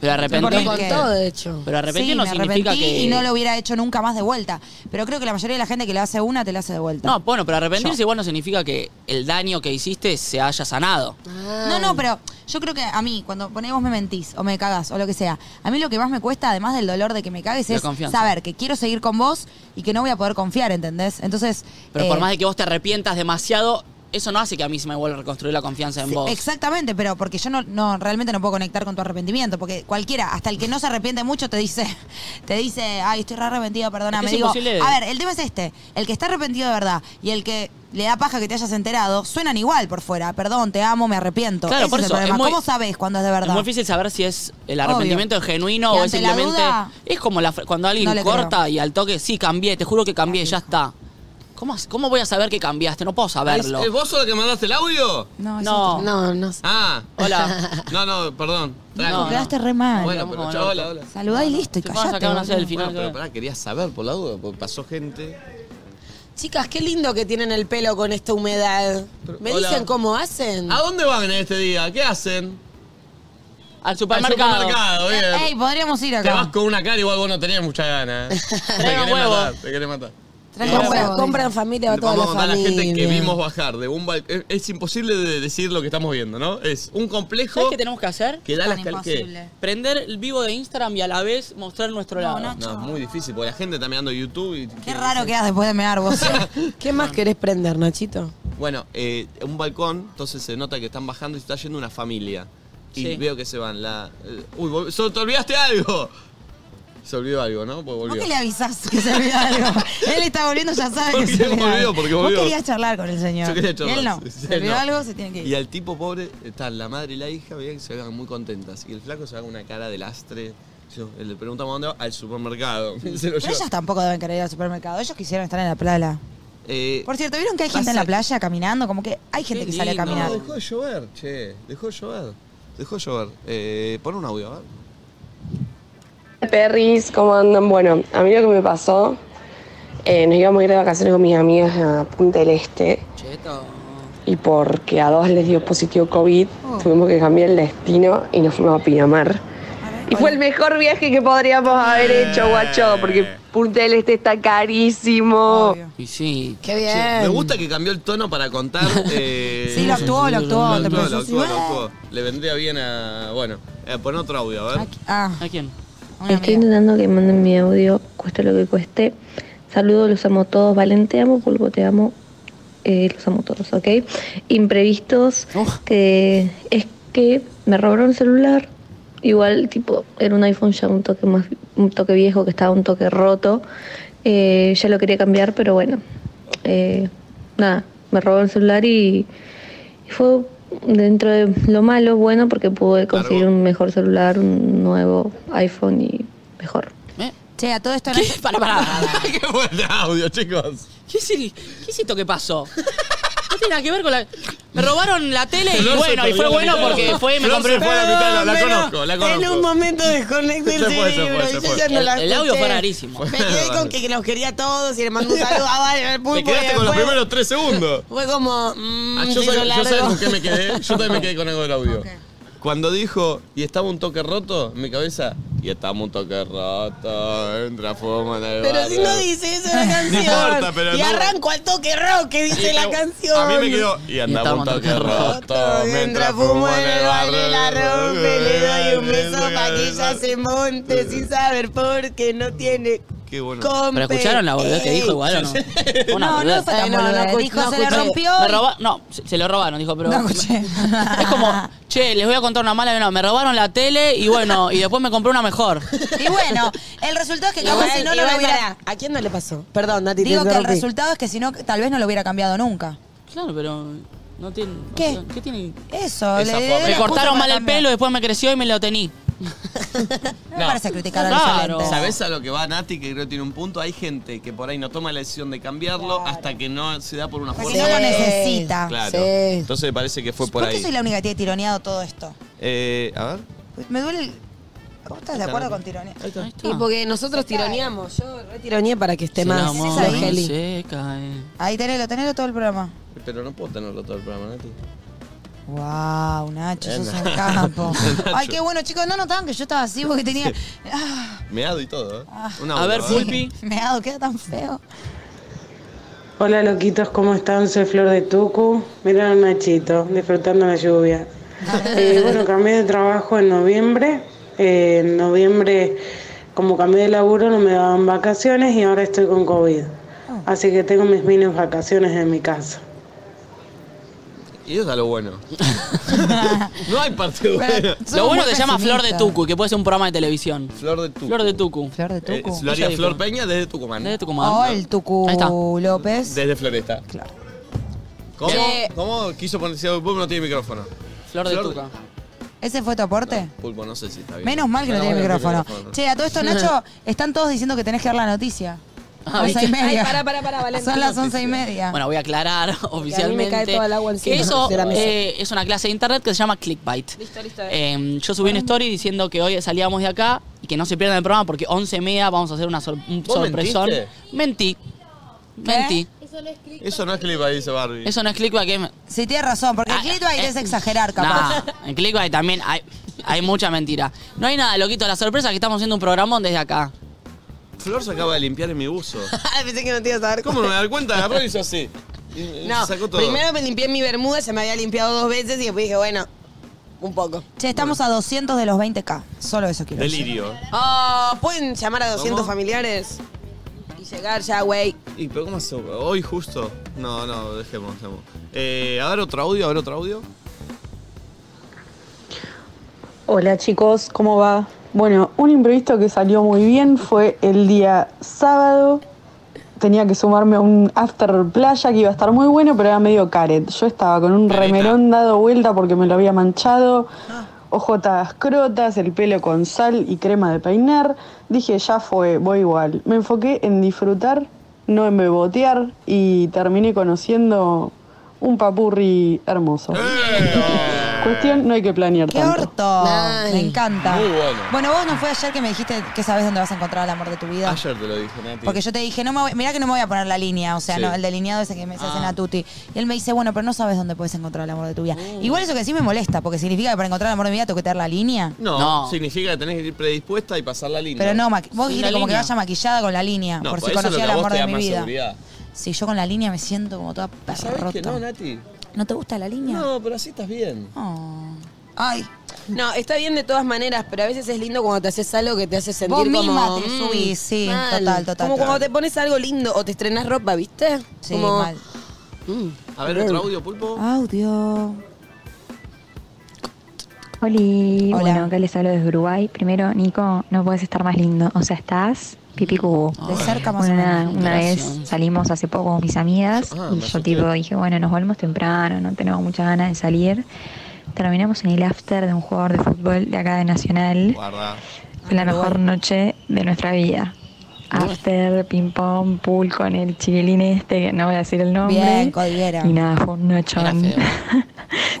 [SPEAKER 4] Pero
[SPEAKER 5] Porque-
[SPEAKER 3] Lo
[SPEAKER 4] arrepentir,
[SPEAKER 3] contó, de hecho.
[SPEAKER 4] pero arrepentir
[SPEAKER 5] sí,
[SPEAKER 4] no
[SPEAKER 5] me
[SPEAKER 4] significa
[SPEAKER 5] arrepentí
[SPEAKER 4] que
[SPEAKER 5] y no lo hubiera hecho nunca más de vuelta. Pero creo que la mayoría de la gente que la hace una, te la hace de vuelta.
[SPEAKER 4] No, bueno, pero arrepentirse igual no significa que el daño que hiciste se haya sanado.
[SPEAKER 3] Ah.
[SPEAKER 5] No, no, pero yo creo que a mí, cuando ponés vos me mentís o me cagás o lo que sea, a mí lo que más me cuesta, además del dolor de que me cagues,
[SPEAKER 4] La
[SPEAKER 5] es
[SPEAKER 4] confianza.
[SPEAKER 5] saber que quiero seguir con vos y que no voy a poder confiar, ¿entendés? Entonces.
[SPEAKER 4] Pero por
[SPEAKER 5] eh,
[SPEAKER 4] más de que vos te arrepientas demasiado, eso no hace que a mí se me vuelva a reconstruir la confianza en
[SPEAKER 5] sí,
[SPEAKER 4] vos.
[SPEAKER 5] Exactamente, pero porque yo no, no realmente no puedo conectar con tu arrepentimiento, porque cualquiera, hasta el que no se arrepiente mucho, te dice, te dice, ay, estoy re arrepentido, perdóname.
[SPEAKER 4] Es
[SPEAKER 5] Digo,
[SPEAKER 4] imposible.
[SPEAKER 5] a ver, el tema es este, el que está arrepentido de verdad y el que le da paja que te hayas enterado, suenan igual por fuera, perdón, te amo, me arrepiento.
[SPEAKER 4] Claro,
[SPEAKER 5] Ese
[SPEAKER 4] por
[SPEAKER 5] es
[SPEAKER 4] eso,
[SPEAKER 5] el
[SPEAKER 4] es
[SPEAKER 5] problema.
[SPEAKER 4] muy-
[SPEAKER 5] ¿Cómo sabes cuando es de
[SPEAKER 4] Es
[SPEAKER 5] verdad?
[SPEAKER 4] muy difícil saber si es el arrepentimiento
[SPEAKER 5] Obvio.
[SPEAKER 4] genuino
[SPEAKER 5] Y
[SPEAKER 4] o es
[SPEAKER 5] ante la
[SPEAKER 4] simplemente.
[SPEAKER 5] duda-
[SPEAKER 4] Es como la, fr- cuando alguien
[SPEAKER 5] No le
[SPEAKER 4] corta
[SPEAKER 5] creo.
[SPEAKER 4] y al toque, sí, cambié, te juro que cambié, ya está. ¿Cómo, as- ¿Cómo voy a saber que cambiaste? No puedo
[SPEAKER 2] ¿Es,
[SPEAKER 4] saberlo.
[SPEAKER 2] es vos solo que mandaste el audio?
[SPEAKER 5] No, es
[SPEAKER 4] No.
[SPEAKER 5] otro.
[SPEAKER 3] No, no sé.
[SPEAKER 2] Ah.
[SPEAKER 4] Hola.
[SPEAKER 2] No, no, perdón.
[SPEAKER 4] No, no.
[SPEAKER 5] Quedaste re mal.
[SPEAKER 2] Bueno, pero
[SPEAKER 4] Vamos,
[SPEAKER 2] chao,
[SPEAKER 4] Alberto.
[SPEAKER 2] hola, hola.
[SPEAKER 5] Saludá y listo, y
[SPEAKER 4] Te vamos a
[SPEAKER 5] callate.
[SPEAKER 4] sacar una
[SPEAKER 5] boludo.
[SPEAKER 4] selfie.
[SPEAKER 2] Bueno,
[SPEAKER 4] final,
[SPEAKER 2] pero
[SPEAKER 4] ya.
[SPEAKER 2] pará, quería saber por la duda, porque pasó gente.
[SPEAKER 3] Chicas, qué lindo que tienen el pelo con esta humedad.
[SPEAKER 2] Pero-
[SPEAKER 3] ¿Me
[SPEAKER 2] hola.
[SPEAKER 3] dicen cómo hacen?
[SPEAKER 2] ¿A dónde van en este día? ¿Qué hacen?
[SPEAKER 4] Al
[SPEAKER 2] Al
[SPEAKER 4] supermercado.
[SPEAKER 2] supermercado, bien.
[SPEAKER 5] Ey, podríamos ir
[SPEAKER 2] Te vas
[SPEAKER 5] acá.
[SPEAKER 2] con una cara, igual vos no tenías mucha ganas. ¿eh? Te
[SPEAKER 4] Traigan
[SPEAKER 2] querés
[SPEAKER 4] huevo.
[SPEAKER 2] matar, te querés matar.
[SPEAKER 5] Traigan
[SPEAKER 3] Compran,
[SPEAKER 5] huevo,
[SPEAKER 3] compran
[SPEAKER 5] dice.
[SPEAKER 3] familia, va toda
[SPEAKER 2] Vamos a
[SPEAKER 3] la
[SPEAKER 2] contar a la
[SPEAKER 3] familia.
[SPEAKER 2] gente que vimos bajar de un balcón. Es, es imposible de decir lo que estamos viendo, ¿no? Es un complejo
[SPEAKER 4] ¿Sabes qué tenemos que hacer?
[SPEAKER 2] que da
[SPEAKER 5] Tan
[SPEAKER 2] las cal- que-
[SPEAKER 5] imposible.
[SPEAKER 4] Prender el vivo de Instagram y a la vez mostrar nuestro lado.
[SPEAKER 5] no.
[SPEAKER 2] No, es muy difícil, porque la gente está mirando YouTube y...
[SPEAKER 5] Qué raro quedas después de mear vos.
[SPEAKER 3] ¿Qué más querés prender, Nachito?
[SPEAKER 2] Bueno, eh, un balcón, entonces se nota que están bajando y está yendo una familia. Y
[SPEAKER 4] Sí.
[SPEAKER 2] veo que se van la... eh, uy, vol- so- te olvidaste algo. Se olvidó algo, ¿no? Pues
[SPEAKER 5] ¿Por
[SPEAKER 2] volvió.
[SPEAKER 5] qué le avisás que se olvidó algo? Él está volviendo, ya sabe
[SPEAKER 2] Porque
[SPEAKER 5] que se olvidó.
[SPEAKER 2] volvió,
[SPEAKER 5] algo.
[SPEAKER 2] porque
[SPEAKER 5] Vos
[SPEAKER 2] volvió.
[SPEAKER 5] querías charlar con el señor.
[SPEAKER 2] Yo quería charlar.
[SPEAKER 5] Él no.
[SPEAKER 2] Sí, sí,
[SPEAKER 5] se olvidó
[SPEAKER 2] no.
[SPEAKER 5] algo, se tiene que ir.
[SPEAKER 2] Y al tipo pobre, están la madre y la hija, veían que se vean muy contentas. Y el flaco se haga una cara de lastre. Yo, eh, le preguntamos dónde va, al supermercado. Se lo
[SPEAKER 5] Pero
[SPEAKER 2] lleva.
[SPEAKER 5] ellos tampoco deben querer ir al supermercado. Ellos quisieron estar en la playa.
[SPEAKER 2] Eh,
[SPEAKER 5] Por cierto, ¿vieron que hay gente en la playa caminando? Como que hay gente
[SPEAKER 4] Qué
[SPEAKER 5] que sale a
[SPEAKER 4] lindo.
[SPEAKER 5] caminar.
[SPEAKER 2] No, dejó de llover, che. Dejó de llover. Dejó de llover. Eh, pon un audio, a ver.
[SPEAKER 6] Perris, ¿cómo andan? Bueno, a mí lo que me pasó, eh, nos íbamos a ir de vacaciones con mis amigas a Punta del Este
[SPEAKER 4] Cheto.
[SPEAKER 6] y porque a dos les dio positivo COVID, tuvimos que cambiar el destino y nos fuimos a Pinamar. Y fue el mejor viaje que podríamos haber hecho, guacho, porque Punta del Este está carísimo.
[SPEAKER 5] Obvio.
[SPEAKER 4] Y sí.
[SPEAKER 5] Qué
[SPEAKER 2] Che,
[SPEAKER 5] bien.
[SPEAKER 2] me gusta que cambió el tono para contar. eh,
[SPEAKER 5] Eh. Sí, lo actuó, lo actuó.
[SPEAKER 2] Lo
[SPEAKER 5] te
[SPEAKER 2] actuó,
[SPEAKER 5] empezó
[SPEAKER 2] lo
[SPEAKER 5] a
[SPEAKER 2] actuó, lo
[SPEAKER 5] silbar.
[SPEAKER 2] actuó. Le vendría bien a. Bueno, eh, pon otro audio, a ver.
[SPEAKER 5] Aquí- Ah,
[SPEAKER 4] ¿A quién?
[SPEAKER 5] una
[SPEAKER 7] Estoy
[SPEAKER 5] amiga.
[SPEAKER 7] intentando que manden mi audio, cueste lo que cueste. Saludos, los amo todos. Valen, te amo, Pulpo, te amo. Eh, los amo todos, ¿ok? Imprevistos,
[SPEAKER 5] Oh.
[SPEAKER 4] Uf.
[SPEAKER 7] que es que me robaron el celular. Igual, tipo, era un iPhone ya un toque más, un toque viejo que estaba un toque roto. Eh, ya lo quería cambiar, pero bueno. Eh, nada, me robaron el celular y, y fue dentro de lo malo, bueno, porque pude conseguir
[SPEAKER 2] Largo.
[SPEAKER 7] un mejor celular, un nuevo iPhone y mejor.
[SPEAKER 4] ¿Eh?
[SPEAKER 5] Che, a todo esto no-
[SPEAKER 4] ¿Qué? Para, para.
[SPEAKER 2] ¡Qué buen audio, chicos!
[SPEAKER 4] ¿Qué es, el- qué es esto que pasó? No tiene nada que ver con la. Me robaron la tele y
[SPEAKER 2] Flor se
[SPEAKER 4] Eh, bueno, y
[SPEAKER 2] perdió
[SPEAKER 4] fue
[SPEAKER 2] la
[SPEAKER 4] bueno
[SPEAKER 2] mitad.
[SPEAKER 4] porque fue y me
[SPEAKER 2] Flor se
[SPEAKER 4] compré.
[SPEAKER 2] fue a la mitad, la, la
[SPEAKER 5] Perdón, pero
[SPEAKER 2] conozco, la conozco.
[SPEAKER 5] En un momento desconecté el
[SPEAKER 2] Se fue, se fue,
[SPEAKER 5] cerebro.
[SPEAKER 2] se
[SPEAKER 5] y yo
[SPEAKER 2] fue.
[SPEAKER 5] ya no la
[SPEAKER 4] El- el audio
[SPEAKER 5] escuché.
[SPEAKER 4] fue rarísimo.
[SPEAKER 5] Me quedé con que los quería a todos y le mandé un saludo
[SPEAKER 3] Ah,
[SPEAKER 5] a varios al
[SPEAKER 2] Te
[SPEAKER 5] pulpo. y
[SPEAKER 2] quedaste con los
[SPEAKER 5] después
[SPEAKER 2] primeros tres segundos.
[SPEAKER 5] Fue como. Mmm,
[SPEAKER 3] mm,
[SPEAKER 2] Ah, yo
[SPEAKER 5] se hizo
[SPEAKER 2] sab- yo
[SPEAKER 5] largo.
[SPEAKER 2] sabes con qué me quedé. Yo también me quedé con algo del audio. Cuando dijo, y estaba un toque roto, en mi cabeza, y estaba un toque roto, entra fumo en el
[SPEAKER 3] Pero si no
[SPEAKER 2] barrio".
[SPEAKER 3] dice eso la canción.
[SPEAKER 2] importa, pero
[SPEAKER 3] y
[SPEAKER 2] no.
[SPEAKER 3] arranco al toque rock que
[SPEAKER 2] Y
[SPEAKER 3] dice la
[SPEAKER 2] me-
[SPEAKER 3] canción.
[SPEAKER 2] A mí me quedó. Y andaba un
[SPEAKER 4] estamos
[SPEAKER 2] toque
[SPEAKER 4] toque
[SPEAKER 2] roto.
[SPEAKER 3] Mientras fumo en el baile la rompe, le doy un beso para que ella se monte sin saber por qué no tiene
[SPEAKER 2] Qué bueno.
[SPEAKER 3] compe.
[SPEAKER 4] Pero escucharon la boludez que dijo igual o no. Fue Una
[SPEAKER 5] No, no
[SPEAKER 4] boludez.
[SPEAKER 5] fue tan
[SPEAKER 3] Eh, no, no
[SPEAKER 5] boludo.
[SPEAKER 3] escuché,
[SPEAKER 5] Dijo,
[SPEAKER 3] no
[SPEAKER 5] se le
[SPEAKER 3] escuché.
[SPEAKER 5] rompió.
[SPEAKER 4] Me
[SPEAKER 5] y-
[SPEAKER 4] roba- no, se, se lo robaron, dijo, pero.
[SPEAKER 5] No escuché.
[SPEAKER 4] Es como, che, les voy a contar una mala y una. Me robaron la tele y bueno, y después me compré una mejor.
[SPEAKER 5] Y bueno, el resultado es que capaz si no, no lo
[SPEAKER 3] Igual,
[SPEAKER 5] hubiera.
[SPEAKER 3] pará, ¿A quién no le pasó? Perdón, Nati, te
[SPEAKER 5] Digo que el
[SPEAKER 3] interrumpí.
[SPEAKER 5] resultado es que si no, tal vez no lo hubiera cambiado nunca.
[SPEAKER 4] Claro, pero. No tiene.
[SPEAKER 5] ¿Qué?
[SPEAKER 4] o sea, ¿Qué tiene?
[SPEAKER 2] Esa
[SPEAKER 5] Eso, le,
[SPEAKER 2] fue-
[SPEAKER 5] le-
[SPEAKER 4] Me
[SPEAKER 5] le-
[SPEAKER 4] cortaron
[SPEAKER 5] justo
[SPEAKER 4] mal
[SPEAKER 5] para
[SPEAKER 4] el pelo,
[SPEAKER 5] cambiar.
[SPEAKER 4] después me creció y me lo tení.
[SPEAKER 5] No me parece criticar al
[SPEAKER 4] Claro.
[SPEAKER 5] excelente.
[SPEAKER 2] ¿Sabes a lo que va Nati? Que creo que tiene un punto. Hay gente que por ahí no toma la decisión de cambiarlo hasta que no se da por una
[SPEAKER 5] Porque
[SPEAKER 2] fuerza.
[SPEAKER 5] si no lo
[SPEAKER 3] Sí.
[SPEAKER 5] necesita.
[SPEAKER 2] Claro.
[SPEAKER 3] Sí.
[SPEAKER 2] Entonces me parece que fue por,
[SPEAKER 5] ¿Por qué
[SPEAKER 2] ahí.
[SPEAKER 5] soy la única que tiene tironeado todo esto?
[SPEAKER 2] Eh, a ver.
[SPEAKER 5] Pues Me duele. el- ¿Vos estás de acuerdo con tironear?
[SPEAKER 4] Ahí está.
[SPEAKER 3] Y porque nosotros tironeamos. Yo retironeé para que esté
[SPEAKER 4] Si el
[SPEAKER 3] más
[SPEAKER 4] amor
[SPEAKER 5] esa
[SPEAKER 3] flojeli.
[SPEAKER 4] se cae.
[SPEAKER 5] Ahí tenelo, tenelo todo el programa.
[SPEAKER 2] Pero no puedo tenerlo todo el programa, Nati.
[SPEAKER 5] Wow, Nacho,
[SPEAKER 2] Eh,
[SPEAKER 5] sos
[SPEAKER 2] no.
[SPEAKER 5] un campo.
[SPEAKER 2] Nacho.
[SPEAKER 5] Ay, qué bueno, chicos, no notaban que yo estaba así porque tenía. Ah,
[SPEAKER 2] Meado y todo, ¿eh? Un
[SPEAKER 4] A
[SPEAKER 2] audio,
[SPEAKER 4] ver, Pulpi.
[SPEAKER 5] me ha dado, queda tan feo.
[SPEAKER 9] Hola loquitos, ¿cómo están? Soy Flor de Tucu. Miren a Nachito, disfrutando la lluvia. Eh, bueno, cambié de trabajo en noviembre. Eh, en noviembre, como cambié de laburo, no me daban vacaciones y ahora estoy con COVID.
[SPEAKER 10] Ah.
[SPEAKER 9] Así que tengo mis mini vacaciones en mi casa.
[SPEAKER 2] Y eso es lo bueno. no hay parte
[SPEAKER 5] Pero
[SPEAKER 2] buena.
[SPEAKER 5] somos
[SPEAKER 4] Lo bueno
[SPEAKER 5] muy
[SPEAKER 4] que se llama Flor de
[SPEAKER 5] pesimistas.
[SPEAKER 4] Tucu, que puede ser un programa de televisión.
[SPEAKER 2] Flor de Tucu.
[SPEAKER 4] Flor de Tucu.
[SPEAKER 5] Flor de
[SPEAKER 2] Eh,
[SPEAKER 5] Tucu.
[SPEAKER 2] lo haría
[SPEAKER 4] Ella
[SPEAKER 2] Flor
[SPEAKER 4] dijo.
[SPEAKER 2] Peña desde Tucumán.
[SPEAKER 4] Desde Tucumán.
[SPEAKER 5] Oh, el Tucu
[SPEAKER 4] Ahí está.
[SPEAKER 5] López.
[SPEAKER 2] Desde Floresta.
[SPEAKER 5] Claro.
[SPEAKER 2] ¿Cómo?
[SPEAKER 3] Che.
[SPEAKER 2] ¿Cómo quiso ponerse algo? Pulpo no tiene micrófono.
[SPEAKER 4] Flor de
[SPEAKER 2] Flor-
[SPEAKER 4] Tuca.
[SPEAKER 5] ¿Ese fue tu aporte?
[SPEAKER 2] Pulpo, no sé si está bien.
[SPEAKER 5] Menos mal que no
[SPEAKER 2] Menos
[SPEAKER 5] tiene
[SPEAKER 2] mal que
[SPEAKER 5] micrófono. Che, a todo esto, Nacho, están todos diciendo que tenés que dar la noticia.
[SPEAKER 4] Ah,
[SPEAKER 5] Once
[SPEAKER 4] ¿viste?
[SPEAKER 5] y media.
[SPEAKER 3] Ay, pará, pará, pará, Valentín.
[SPEAKER 5] Son las once y media.
[SPEAKER 4] Bueno, voy a aclarar oficialmente.
[SPEAKER 3] cae todo el agua encima
[SPEAKER 4] que eso
[SPEAKER 3] de la mesa.
[SPEAKER 4] eh, es una clase de internet que se llama Clickbait.
[SPEAKER 3] Listo, listo,
[SPEAKER 4] Eh, yo subí una story diciendo que hoy salíamos de acá y que no se pierdan el programa porque 11 media vamos a hacer una sor- un
[SPEAKER 2] ¿Vos
[SPEAKER 4] sorpresón.
[SPEAKER 2] mentiste?
[SPEAKER 4] Mentí. Mentí.
[SPEAKER 2] Eso no es clip, dice Barbie.
[SPEAKER 4] Eso no es clickbait. que-
[SPEAKER 5] Sí, tienes razón, porque
[SPEAKER 4] Ah,
[SPEAKER 5] el clickbait
[SPEAKER 4] eh,
[SPEAKER 5] es exagerar, capaz.
[SPEAKER 4] Nah, en clickbait también hay, hay mucha mentira. No hay nada, loquito. La sorpresa es que estamos haciendo un programón desde acá.
[SPEAKER 2] Flor se acaba de limpiar en mi buzo.
[SPEAKER 3] Ay, pensé que no te ibas a dar
[SPEAKER 2] ¿Cómo no me da cuenta? Agarró y hizo así. Y- y
[SPEAKER 3] No,
[SPEAKER 2] sacó todo.
[SPEAKER 3] primero me limpié mi bermuda, se me había limpiado dos veces y después dije, bueno, un poco.
[SPEAKER 5] Che, estamos a 200 de los 20k. Solo eso quiero decir.
[SPEAKER 2] Delirio.
[SPEAKER 3] Ah, ¿Pueden llamar a 200
[SPEAKER 2] ¿Cómo?
[SPEAKER 3] familiares? Y llegar ya, güey.
[SPEAKER 2] ¿Y pero cómo se- Hoy justo. No, no, dejemos, dejemos. Eh, a ver otro audio, a ver otro audio.
[SPEAKER 7] Hola chicos, ¿cómo va?
[SPEAKER 11] Bueno, un imprevisto que salió muy bien fue el día sábado. Tenía que sumarme a un after playa que iba a estar muy bueno, pero era medio caret. Yo estaba con un remerón dado vuelta porque me lo había manchado, ojotas crotas, el pelo con sal y crema de peinar. Dije, ya fue, voy igual. Me enfoqué en disfrutar, no en bebotear, y terminé conociendo un papurri hermoso. Cuestión, no hay que planear
[SPEAKER 5] ¡Qué
[SPEAKER 11] tanto.
[SPEAKER 5] orto!
[SPEAKER 3] Ay.
[SPEAKER 5] Me encanta.
[SPEAKER 2] Muy bueno.
[SPEAKER 5] vos no fue ayer que me dijiste que sabes dónde vas a encontrar el amor de tu vida.
[SPEAKER 2] Ayer te lo dije, Nati.
[SPEAKER 5] Porque yo te dije, no me voy- mirá que no me voy a poner la línea, o sea,
[SPEAKER 2] Sí.
[SPEAKER 5] no, el delineado ese que me se hacen
[SPEAKER 4] Ah.
[SPEAKER 5] a Tuti. Y él me dice, bueno, pero no sabes dónde puedes encontrar el amor de tu vida.
[SPEAKER 2] Uh.
[SPEAKER 5] Igual eso que sí me molesta, porque significa que para encontrar el amor de mi vida tengo que tener la línea.
[SPEAKER 2] No,
[SPEAKER 4] No.
[SPEAKER 2] significa que tenés que ir predispuesta y pasar la línea.
[SPEAKER 5] Pero no, maqui- vos
[SPEAKER 4] Sí,
[SPEAKER 5] dijiste
[SPEAKER 4] la
[SPEAKER 5] como que
[SPEAKER 4] línea.
[SPEAKER 5] vaya maquillada con la línea,
[SPEAKER 2] No,
[SPEAKER 5] por si
[SPEAKER 2] eso es lo que
[SPEAKER 5] conocía el
[SPEAKER 2] a vos
[SPEAKER 5] amor
[SPEAKER 2] te
[SPEAKER 5] de
[SPEAKER 2] da
[SPEAKER 5] mi
[SPEAKER 2] más
[SPEAKER 5] vida.
[SPEAKER 2] seguridad.
[SPEAKER 5] Si yo con la línea me siento como toda
[SPEAKER 2] ¿Sabés que no,
[SPEAKER 5] perrota.
[SPEAKER 2] Nati?
[SPEAKER 5] ¿No te gusta la línea?
[SPEAKER 2] No, pero así estás bien.
[SPEAKER 5] Oh. Ay,
[SPEAKER 3] No, está bien de todas maneras, pero a veces es lindo cuando te haces algo que te hace sentir
[SPEAKER 5] Vos misma
[SPEAKER 3] como,
[SPEAKER 5] te
[SPEAKER 3] mm,
[SPEAKER 5] subís, sí,
[SPEAKER 3] mal.
[SPEAKER 5] total, total,
[SPEAKER 3] Como cuando
[SPEAKER 5] total.
[SPEAKER 3] te pones algo lindo o te estrenas ropa, ¿viste?
[SPEAKER 5] sí,
[SPEAKER 3] Como,
[SPEAKER 5] mal.
[SPEAKER 3] mm.
[SPEAKER 2] A ver, otro audio, Pulpo.
[SPEAKER 5] Audio.
[SPEAKER 10] Oli,
[SPEAKER 5] Hola.
[SPEAKER 10] bueno, acá les hablo desde Uruguay. Primero, Nico, no puedes estar más lindo. O sea, estás pipi cubo.
[SPEAKER 5] De cerca más
[SPEAKER 10] Bueno,
[SPEAKER 5] o
[SPEAKER 10] nada,
[SPEAKER 5] menos.
[SPEAKER 10] una vez
[SPEAKER 4] Gracias.
[SPEAKER 10] salimos hace poco con mis amigas
[SPEAKER 2] Ah,
[SPEAKER 10] y
[SPEAKER 2] me asusté.
[SPEAKER 10] yo tipo dije, bueno, nos volvemos temprano, no tenemos muchas ganas de salir. Terminamos en el after de un jugador de fútbol de acá de Nacional.
[SPEAKER 2] Guarda.
[SPEAKER 10] Fue la mejor noche de nuestra vida. After, ping pong, pool con el chiquilín este, que no voy a decir el nombre.
[SPEAKER 5] Bien, Cordillera.
[SPEAKER 10] Y nada, fue un nochón.
[SPEAKER 4] Era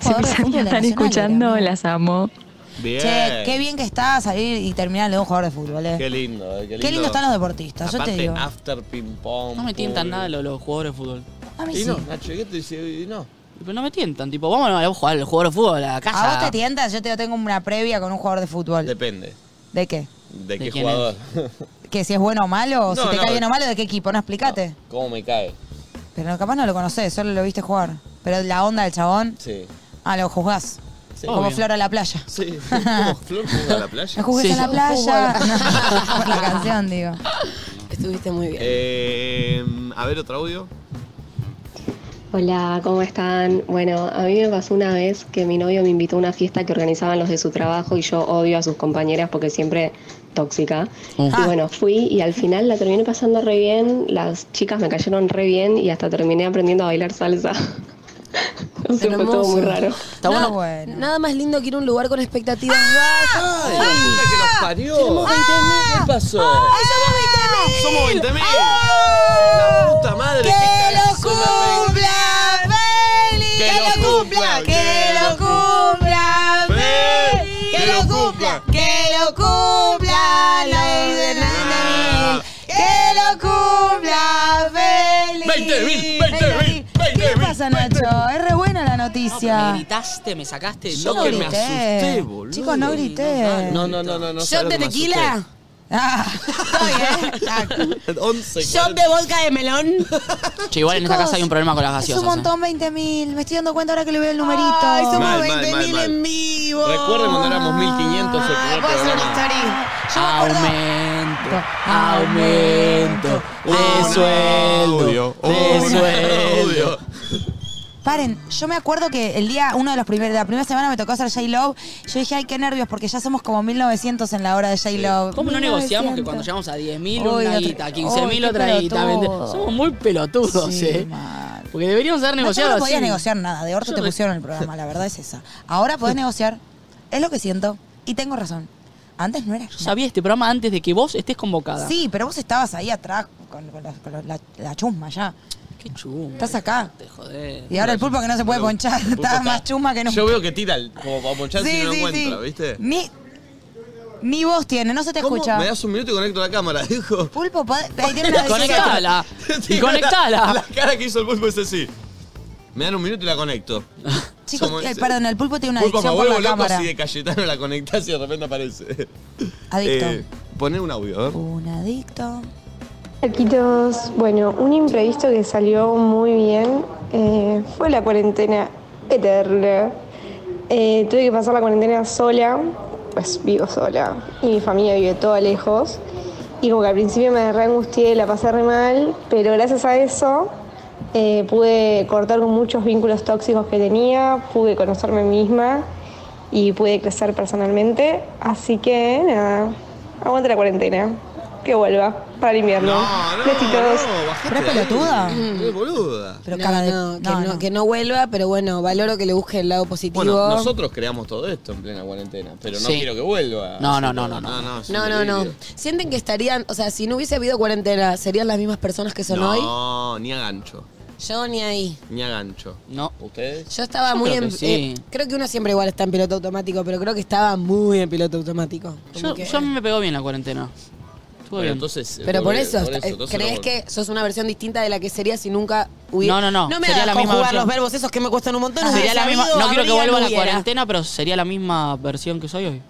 [SPEAKER 4] feo.
[SPEAKER 5] Jugador de
[SPEAKER 10] si mis
[SPEAKER 5] fútbol de
[SPEAKER 10] amigas están
[SPEAKER 5] Nacional
[SPEAKER 10] escuchando,
[SPEAKER 5] era, ¿no?
[SPEAKER 10] las amo.
[SPEAKER 2] Bien.
[SPEAKER 5] Che, qué bien que está salir y terminar de un jugador de fútbol, eh.
[SPEAKER 2] Qué lindo, eh, qué lindo.
[SPEAKER 5] Qué lindo están los deportistas, yo
[SPEAKER 2] Aparte, ah,
[SPEAKER 5] te digo.
[SPEAKER 2] after ping pong.
[SPEAKER 4] No me tientan
[SPEAKER 2] pool.
[SPEAKER 4] nada los, los jugadores de fútbol.
[SPEAKER 5] A mí
[SPEAKER 2] Y
[SPEAKER 5] sí.
[SPEAKER 2] no, Nacho, ¿qué te dice? Y no.
[SPEAKER 4] Pero no me tientan, tipo, vámonos a jugar al jugador de fútbol a la casa.
[SPEAKER 5] A vos te tientas, yo te tengo una previa con un jugador de fútbol. ¿De,
[SPEAKER 2] Depende.
[SPEAKER 5] qué?
[SPEAKER 2] ¿De, qué
[SPEAKER 4] quién
[SPEAKER 2] jugador?
[SPEAKER 5] ¿Que si es bueno o malo? ¿O
[SPEAKER 2] No,
[SPEAKER 5] si te
[SPEAKER 2] no.
[SPEAKER 5] cae bien o malo? ¿De qué equipo? No, explícate.
[SPEAKER 2] ¿Cómo me cae?
[SPEAKER 5] Pero no, capaz no lo conocés, solo lo viste jugar. Pero la onda del chabón,
[SPEAKER 2] Sí.
[SPEAKER 5] ah, lo juzgás.
[SPEAKER 2] Sí.
[SPEAKER 5] Como
[SPEAKER 4] Obvio.
[SPEAKER 5] flor a la playa.
[SPEAKER 2] Sí. ¿Cómo flor juega a la playa?
[SPEAKER 5] No juzgues
[SPEAKER 4] Sí.
[SPEAKER 5] a la playa. No, por la canción, digo.
[SPEAKER 3] Estuviste muy bien.
[SPEAKER 2] Eh, a ver, otro audio.
[SPEAKER 12] Hola, ¿cómo están? Bueno, a mí me pasó una vez que mi novio me invitó a una fiesta que organizaban los de su trabajo y yo odio a sus compañeras porque siempre tóxica. Y bueno, fui y al final la terminé pasando re bien, las chicas me cayeron re bien y hasta terminé aprendiendo a bailar salsa. No sé, fue todo muy
[SPEAKER 3] Hermoso.
[SPEAKER 12] raro.
[SPEAKER 4] Está
[SPEAKER 3] Nada-
[SPEAKER 4] bueno.
[SPEAKER 5] bueno. ¡Ah!
[SPEAKER 3] Nada más lindo que ir a un lugar con expectativas bajas.
[SPEAKER 2] ¡Ay! la puta que los parió!
[SPEAKER 3] Tenemos 20.000.
[SPEAKER 2] ¿Qué pasó? ¡Somos 20.000!
[SPEAKER 5] ¡Ah!
[SPEAKER 2] ¡La puta madre!
[SPEAKER 5] ¡Que
[SPEAKER 2] qué
[SPEAKER 5] lo
[SPEAKER 2] cagazo me
[SPEAKER 5] cumpla feliz!
[SPEAKER 2] Que
[SPEAKER 5] ¡Que
[SPEAKER 2] lo
[SPEAKER 5] lo cumpla!
[SPEAKER 2] cumpla,
[SPEAKER 5] ¡Que lo cumpla feliz! ¡Que lo cumpla! ¡Que lo cumpla la
[SPEAKER 2] Ah.
[SPEAKER 5] ordenanza! ¡Que lo cumpla feliz!
[SPEAKER 2] 20.000, 20.000,
[SPEAKER 5] ¿Qué le pasa, Nacho? Es re buena la
[SPEAKER 4] Me
[SPEAKER 5] noticia.
[SPEAKER 4] gritaste, me sacaste.
[SPEAKER 2] me-
[SPEAKER 4] de
[SPEAKER 2] Yo
[SPEAKER 5] no
[SPEAKER 2] que me
[SPEAKER 5] grité.
[SPEAKER 2] asusté, boludo.
[SPEAKER 5] Chicos, no grité.
[SPEAKER 2] No, no, no, no. no
[SPEAKER 3] Shot de tequila.
[SPEAKER 5] Ah, está bien.
[SPEAKER 2] 11.
[SPEAKER 3] Shot de vodka de melón.
[SPEAKER 4] Che, igual en esta
[SPEAKER 5] Chicos,
[SPEAKER 4] casa hay un problema con las
[SPEAKER 5] Es
[SPEAKER 4] gaseosas. ¿eh?
[SPEAKER 5] un montón, 20 mil. Me estoy dando cuenta ahora que le veo el numerito.
[SPEAKER 3] Ay, somos
[SPEAKER 2] Mal, mal,
[SPEAKER 3] 20.000
[SPEAKER 2] mal, mal.
[SPEAKER 3] en vivo.
[SPEAKER 2] Recuerden cuando éramos 1500 el
[SPEAKER 3] Ah,
[SPEAKER 2] primer
[SPEAKER 3] puedo hacer
[SPEAKER 2] programa.
[SPEAKER 3] una historia.
[SPEAKER 5] Yo
[SPEAKER 4] ¿eh?
[SPEAKER 5] me acuerdo-
[SPEAKER 4] Aumento, aumento de
[SPEAKER 2] Un audio,
[SPEAKER 4] sueldo, de
[SPEAKER 2] un
[SPEAKER 4] sueldo.
[SPEAKER 2] audio.
[SPEAKER 5] Paren, yo me acuerdo que el día, uno de los primeros, la primera semana me tocó hacer J-Love. Yo dije, ay, qué nervios, porque ya somos como 1900 en la hora de J-Love.
[SPEAKER 4] ¿Cómo no
[SPEAKER 5] 1900.
[SPEAKER 4] negociamos que cuando llegamos a 10.000
[SPEAKER 5] Uy,
[SPEAKER 4] una
[SPEAKER 5] otra-
[SPEAKER 4] guita, 15.000
[SPEAKER 5] uy,
[SPEAKER 4] otra
[SPEAKER 5] qué
[SPEAKER 4] guita? ¿me entendés?
[SPEAKER 5] pelotudo.
[SPEAKER 4] Somos muy pelotudos,
[SPEAKER 5] Sí,
[SPEAKER 4] ¿eh?
[SPEAKER 5] mal.
[SPEAKER 4] Porque deberíamos haber
[SPEAKER 5] No,
[SPEAKER 4] negociado
[SPEAKER 5] no podías
[SPEAKER 4] así.
[SPEAKER 5] negociar nada, de orto
[SPEAKER 4] Yo
[SPEAKER 5] te
[SPEAKER 4] re-
[SPEAKER 5] pusieron el programa, la verdad es esa. Ahora podés negociar, es lo que siento, y tengo razón. Antes no era.
[SPEAKER 4] Yo sabía este programa antes de que vos estés convocada.
[SPEAKER 5] Sí, pero vos estabas ahí atrás con, con la, con la- la- la chusma ya.
[SPEAKER 4] Qué chungo.
[SPEAKER 5] Estás acá.
[SPEAKER 4] Te joder.
[SPEAKER 5] Y ahora el pulpo que no se puede ponchar,
[SPEAKER 2] Pulpo
[SPEAKER 5] está más chuma que nunca.
[SPEAKER 2] Yo veo que tira el- como para ponchar si no lo encuentra, ¿viste?
[SPEAKER 5] Ni, ni vos tiene, no se te
[SPEAKER 2] ¿Cómo?
[SPEAKER 5] escucha.
[SPEAKER 2] Me das un minuto y conecto la cámara, dijo.
[SPEAKER 5] Pulpo, podés- ahí tiene una
[SPEAKER 4] Conectala. Y
[SPEAKER 2] La, la
[SPEAKER 4] conectala.
[SPEAKER 2] cara que hizo el pulpo es así. Me dan un minuto y la conecto.
[SPEAKER 5] Chicos,
[SPEAKER 2] Somos-
[SPEAKER 5] eh, perdón, el pulpo tiene una
[SPEAKER 2] Pulpo, me
[SPEAKER 5] adicción por
[SPEAKER 2] vuelvo
[SPEAKER 5] la
[SPEAKER 2] loco
[SPEAKER 5] cámara.
[SPEAKER 2] si de Cayetano la conectás y de repente aparece.
[SPEAKER 5] Adicto.
[SPEAKER 2] Eh, poné un audio, a ver.
[SPEAKER 5] Un adicto.
[SPEAKER 6] Chiquitos, bueno, un imprevisto que salió muy bien eh, fue la cuarentena eterna. Eh, tuve que pasar la cuarentena sola, pues vivo sola, y mi familia vive toda lejos. Y como que al principio me re angustié, la pasé re mal, pero gracias a eso eh, pude cortar con muchos vínculos tóxicos que tenía, pude conocerme misma
[SPEAKER 13] y pude crecer personalmente. Así que nada, aguante la cuarentena. Que vuelva para el invierno. Besitos.
[SPEAKER 10] Pero es pelotuda.
[SPEAKER 2] Qué boluda.
[SPEAKER 3] Pero no, no, que, no, que no vuelva, pero bueno, valoro que le busque el lado positivo.
[SPEAKER 2] Bueno, nosotros creamos todo esto en plena cuarentena, pero no
[SPEAKER 4] Sí.
[SPEAKER 2] quiero que vuelva.
[SPEAKER 4] No,
[SPEAKER 2] Así
[SPEAKER 4] no,
[SPEAKER 2] que-
[SPEAKER 4] no, no, no.
[SPEAKER 2] es un
[SPEAKER 3] No, no, no.
[SPEAKER 2] delirio.
[SPEAKER 3] ¿Sienten que estarían, o sea, si no hubiese habido cuarentena, serían las mismas personas que son hoy?
[SPEAKER 2] No, ni a gancho.
[SPEAKER 3] Yo ni ahí.
[SPEAKER 2] Ni a gancho.
[SPEAKER 4] No.
[SPEAKER 2] ¿Ustedes?
[SPEAKER 3] Yo estaba
[SPEAKER 2] Yo
[SPEAKER 3] muy
[SPEAKER 2] creo
[SPEAKER 3] en.
[SPEAKER 2] que sí.
[SPEAKER 3] eh, creo que uno siempre igual está en piloto automático, pero creo que estaba muy en piloto automático. Como
[SPEAKER 4] Yo,
[SPEAKER 3] que-
[SPEAKER 4] yo a mí me pegó bien la cuarentena. Estuvo
[SPEAKER 2] Pero
[SPEAKER 4] bien.
[SPEAKER 2] entonces,
[SPEAKER 3] pero por eso,
[SPEAKER 2] por eso,
[SPEAKER 3] eh,
[SPEAKER 2] entonces
[SPEAKER 3] ¿crees
[SPEAKER 2] no-
[SPEAKER 3] que sos una versión distinta de la que sería si nunca hubiera.?
[SPEAKER 4] No, no, no,
[SPEAKER 3] No me
[SPEAKER 4] sería
[SPEAKER 3] hagas
[SPEAKER 4] la misma
[SPEAKER 3] conjugar
[SPEAKER 4] versión.
[SPEAKER 3] los verbos esos que me cuestan un montón.
[SPEAKER 4] Sería
[SPEAKER 3] hubiera
[SPEAKER 4] la misma,
[SPEAKER 3] sabido,
[SPEAKER 4] no quiero que
[SPEAKER 3] habría,
[SPEAKER 4] vuelva la
[SPEAKER 3] hubiera.
[SPEAKER 4] cuarentena, pero sería la misma versión que soy hoy.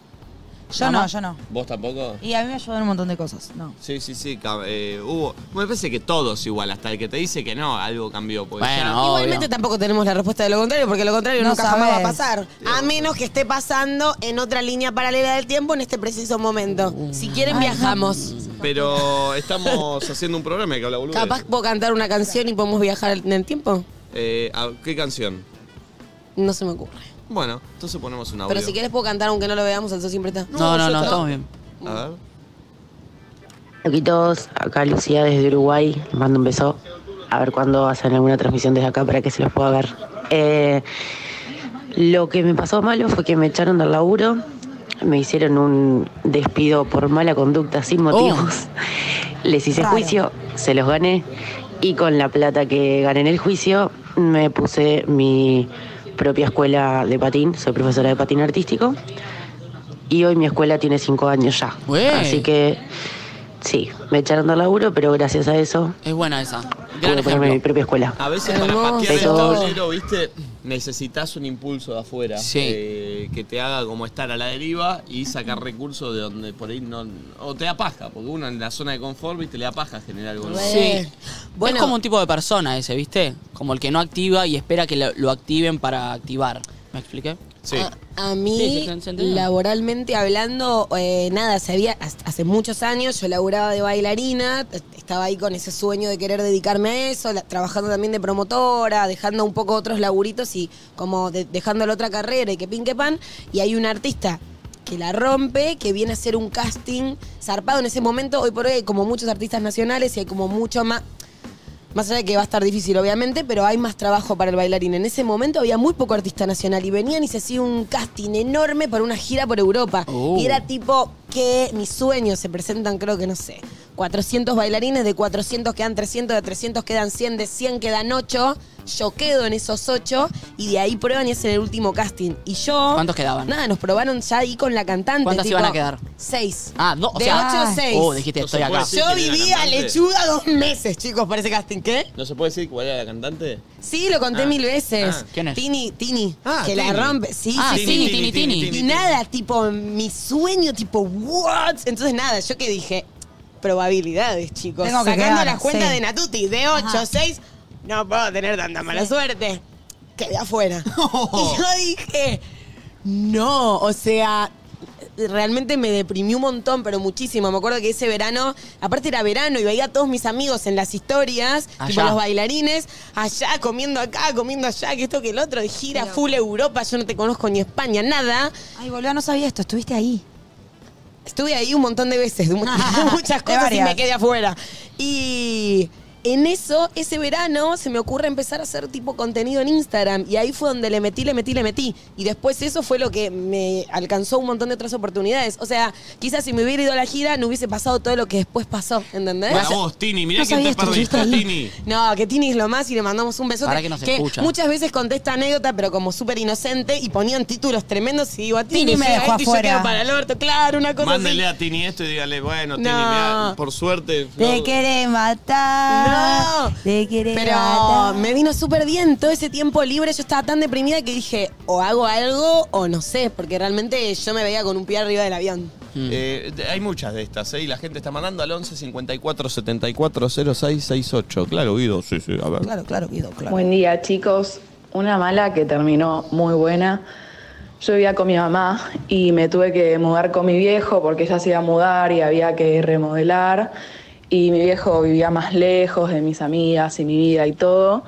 [SPEAKER 10] Yo no, yo no.
[SPEAKER 2] ¿Vos tampoco?
[SPEAKER 10] Y a mí me ayudó en un montón de cosas. No.
[SPEAKER 2] Sí, sí, sí. ca- eh, hubo. Me parece que todos igual, hasta el que te dice que no, algo cambió. porque ya-
[SPEAKER 3] Igualmente tampoco tenemos la respuesta de lo contrario, porque lo contrario
[SPEAKER 10] No
[SPEAKER 3] nunca jamás va a
[SPEAKER 10] sabés.
[SPEAKER 3] pasar. A menos que esté pasando en otra línea paralela del tiempo en este preciso momento. Si quieren, viajamos.
[SPEAKER 2] Pero estamos haciendo un programa que habla boludo.
[SPEAKER 3] Capaz puedo cantar una canción y podemos viajar en el tiempo.
[SPEAKER 2] Eh, ah, ¿Qué canción?
[SPEAKER 3] No se me ocurre.
[SPEAKER 2] Bueno, entonces ponemos una
[SPEAKER 3] Pero si quieres puedo cantar aunque no lo veamos, el sol siempre está.
[SPEAKER 4] No, no, no, estamos bien.
[SPEAKER 2] A ver.
[SPEAKER 14] Loquitos, acá Lucía desde Uruguay, les mando un beso. A ver cuándo hacen alguna transmisión desde acá para que se los pueda ver. Eh, lo que me pasó malo fue que me echaron del laburo, me hicieron un despido por mala conducta sin motivos. Les hice juicio, se los gané y con la plata que gané en el juicio me puse mi propia escuela de patín, soy profesora de patín artístico y hoy mi escuela tiene cinco años ya.
[SPEAKER 4] Güey.
[SPEAKER 14] Así que sí, me echaron del laburo, pero gracias a eso
[SPEAKER 4] Es buena esa. Gran
[SPEAKER 14] pude ponerme mi
[SPEAKER 4] ejemplo.
[SPEAKER 14] propia escuela.
[SPEAKER 2] A veces para
[SPEAKER 14] Hermoso.
[SPEAKER 2] patear el
[SPEAKER 14] Besos.
[SPEAKER 2] tablero, viste, necesitas un impulso de afuera eh, que te haga como estar a la deriva y sacar recursos de donde por ahí no. O te da paja, porque uno en la zona de confort, viste, le da paja generar algo. nuevo.
[SPEAKER 4] Sí. es como un tipo de persona ese, ¿viste? Como el que no activa y espera que lo, lo activen para activar. ¿Me expliqué?
[SPEAKER 2] Sí.
[SPEAKER 3] A
[SPEAKER 4] Sí,
[SPEAKER 3] mí,
[SPEAKER 4] se- se entendió.
[SPEAKER 3] laboralmente hablando, eh, nada, se había, hasta hace muchos años yo laburaba de bailarina, t- estaba ahí con ese sueño de querer dedicarme a eso, la- trabajando también de promotora, dejando un poco otros laburitos y como de- dejando la otra carrera y que pin que pan, y hay un artista que la rompe, que viene a hacer un casting zarpado en ese momento, hoy por hoy hay como muchos artistas nacionales y hay como mucho más, más allá de que va a estar difícil, obviamente, pero hay más trabajo para el bailarín. En ese momento había muy poco artista nacional y venían y se hacía un casting enorme para una gira por Europa.
[SPEAKER 5] Oh.
[SPEAKER 3] Y era tipo que mis sueños se presentan, creo que no sé, 400 bailarines, de 400 quedan 300, de 300 quedan 100, de 100 quedan 8. Yo quedo en esos 8 y de ahí prueban y hacen el último casting. Y yo.
[SPEAKER 4] ¿Cuántos quedaban?
[SPEAKER 3] Nada, nos probaron ya ahí con la cantante.
[SPEAKER 4] ¿Cuántas
[SPEAKER 3] tipo,
[SPEAKER 4] iban a quedar?
[SPEAKER 3] Seis.
[SPEAKER 4] Ah, no, o
[SPEAKER 3] de
[SPEAKER 4] sea-
[SPEAKER 3] 8 a 6.
[SPEAKER 4] Oh, dijiste, estoy acá.
[SPEAKER 3] Yo vivía
[SPEAKER 2] cantante.
[SPEAKER 3] lechuga dos meses, chicos, para ese casting. ¿Qué?
[SPEAKER 2] ¿No se puede decir cuál era la cantante?
[SPEAKER 3] Sí, lo conté
[SPEAKER 2] Ah.
[SPEAKER 3] mil veces.
[SPEAKER 2] Ah, ¿quién es?
[SPEAKER 3] Tini, Tini.
[SPEAKER 2] Ah,
[SPEAKER 3] que
[SPEAKER 2] Tini.
[SPEAKER 3] la rompe. Sí,
[SPEAKER 2] Ah,
[SPEAKER 3] sí,
[SPEAKER 2] Tini,
[SPEAKER 3] sí.
[SPEAKER 2] Tini, Tini, Tini,
[SPEAKER 3] Y
[SPEAKER 2] Tini.
[SPEAKER 3] nada, tipo, mi sueño, tipo, what? Entonces, nada, yo que dije, probabilidades, chicos.
[SPEAKER 10] Tengo que
[SPEAKER 3] Sacando
[SPEAKER 10] quedar,
[SPEAKER 3] las cuentas
[SPEAKER 10] sí.
[SPEAKER 3] de Natuti, de 8,
[SPEAKER 10] Ajá.
[SPEAKER 3] 6, no puedo tener tanta mala suerte. Quedé afuera. y yo dije, no, o sea, realmente me deprimí un montón, pero muchísimo. Me acuerdo que ese verano, aparte era verano y veía a todos mis amigos en las historias, tipo
[SPEAKER 5] Allá.
[SPEAKER 3] los bailarines, allá comiendo acá, comiendo allá, que esto que el otro, de gira full Europa, yo no te conozco ni España, nada.
[SPEAKER 10] Ay, boludo, no sabía esto, estuviste ahí.
[SPEAKER 3] Estuve ahí un montón de veces, de mu- de muchas
[SPEAKER 10] De
[SPEAKER 3] cosas y
[SPEAKER 10] varias.
[SPEAKER 3] me quedé afuera. Y en eso, ese verano, se me ocurre empezar a hacer tipo contenido en Instagram. Y ahí fue donde le metí, le metí, le metí. Y después eso fue lo que me alcanzó un montón de otras oportunidades. O sea, quizás si me hubiera ido a la gira, no hubiese pasado todo lo que después pasó, ¿entendés?
[SPEAKER 2] Para vos, Tini, mirá
[SPEAKER 3] ¿eh? No
[SPEAKER 2] quién te
[SPEAKER 3] sabía esto,
[SPEAKER 2] perdiste,
[SPEAKER 3] chicos.
[SPEAKER 2] Tini.
[SPEAKER 3] No, que Tini es lo más y le mandamos un besote.
[SPEAKER 4] Para que nos escucha.
[SPEAKER 3] muchas veces conté esta anécdota, pero como súper inocente, y ponían títulos tremendos y digo, a Tini,
[SPEAKER 10] Tini me
[SPEAKER 3] llega
[SPEAKER 10] dejó
[SPEAKER 3] esto y yo
[SPEAKER 10] afuera.
[SPEAKER 3] quedo para el orto, claro, una cosa así.
[SPEAKER 2] Mándele a Tini esto y dígale, bueno, Tini,
[SPEAKER 3] No.
[SPEAKER 2] mirá, por suerte.
[SPEAKER 10] Te
[SPEAKER 2] no-
[SPEAKER 10] quiere matar.
[SPEAKER 3] No.
[SPEAKER 10] Te quiere
[SPEAKER 3] Pero
[SPEAKER 10] matar.
[SPEAKER 3] me vino súper bien todo ese tiempo libre. Yo estaba tan deprimida que dije, o hago algo o no sé, porque realmente yo me veía con un pie arriba del avión.
[SPEAKER 2] Eh, de- hay muchas de estas, ¿eh? Y la gente está mandando al 11 54 74 06 68. Claro, Guido, sí, sí, a ver.
[SPEAKER 10] Claro, claro, Guido, claro.
[SPEAKER 15] Buen día, chicos. Una mala que terminó muy buena. Yo vivía con mi mamá y me tuve que mudar con mi viejo porque ella se iba a mudar y había que remodelar. Y mi viejo vivía más lejos de mis amigas y mi vida y todo.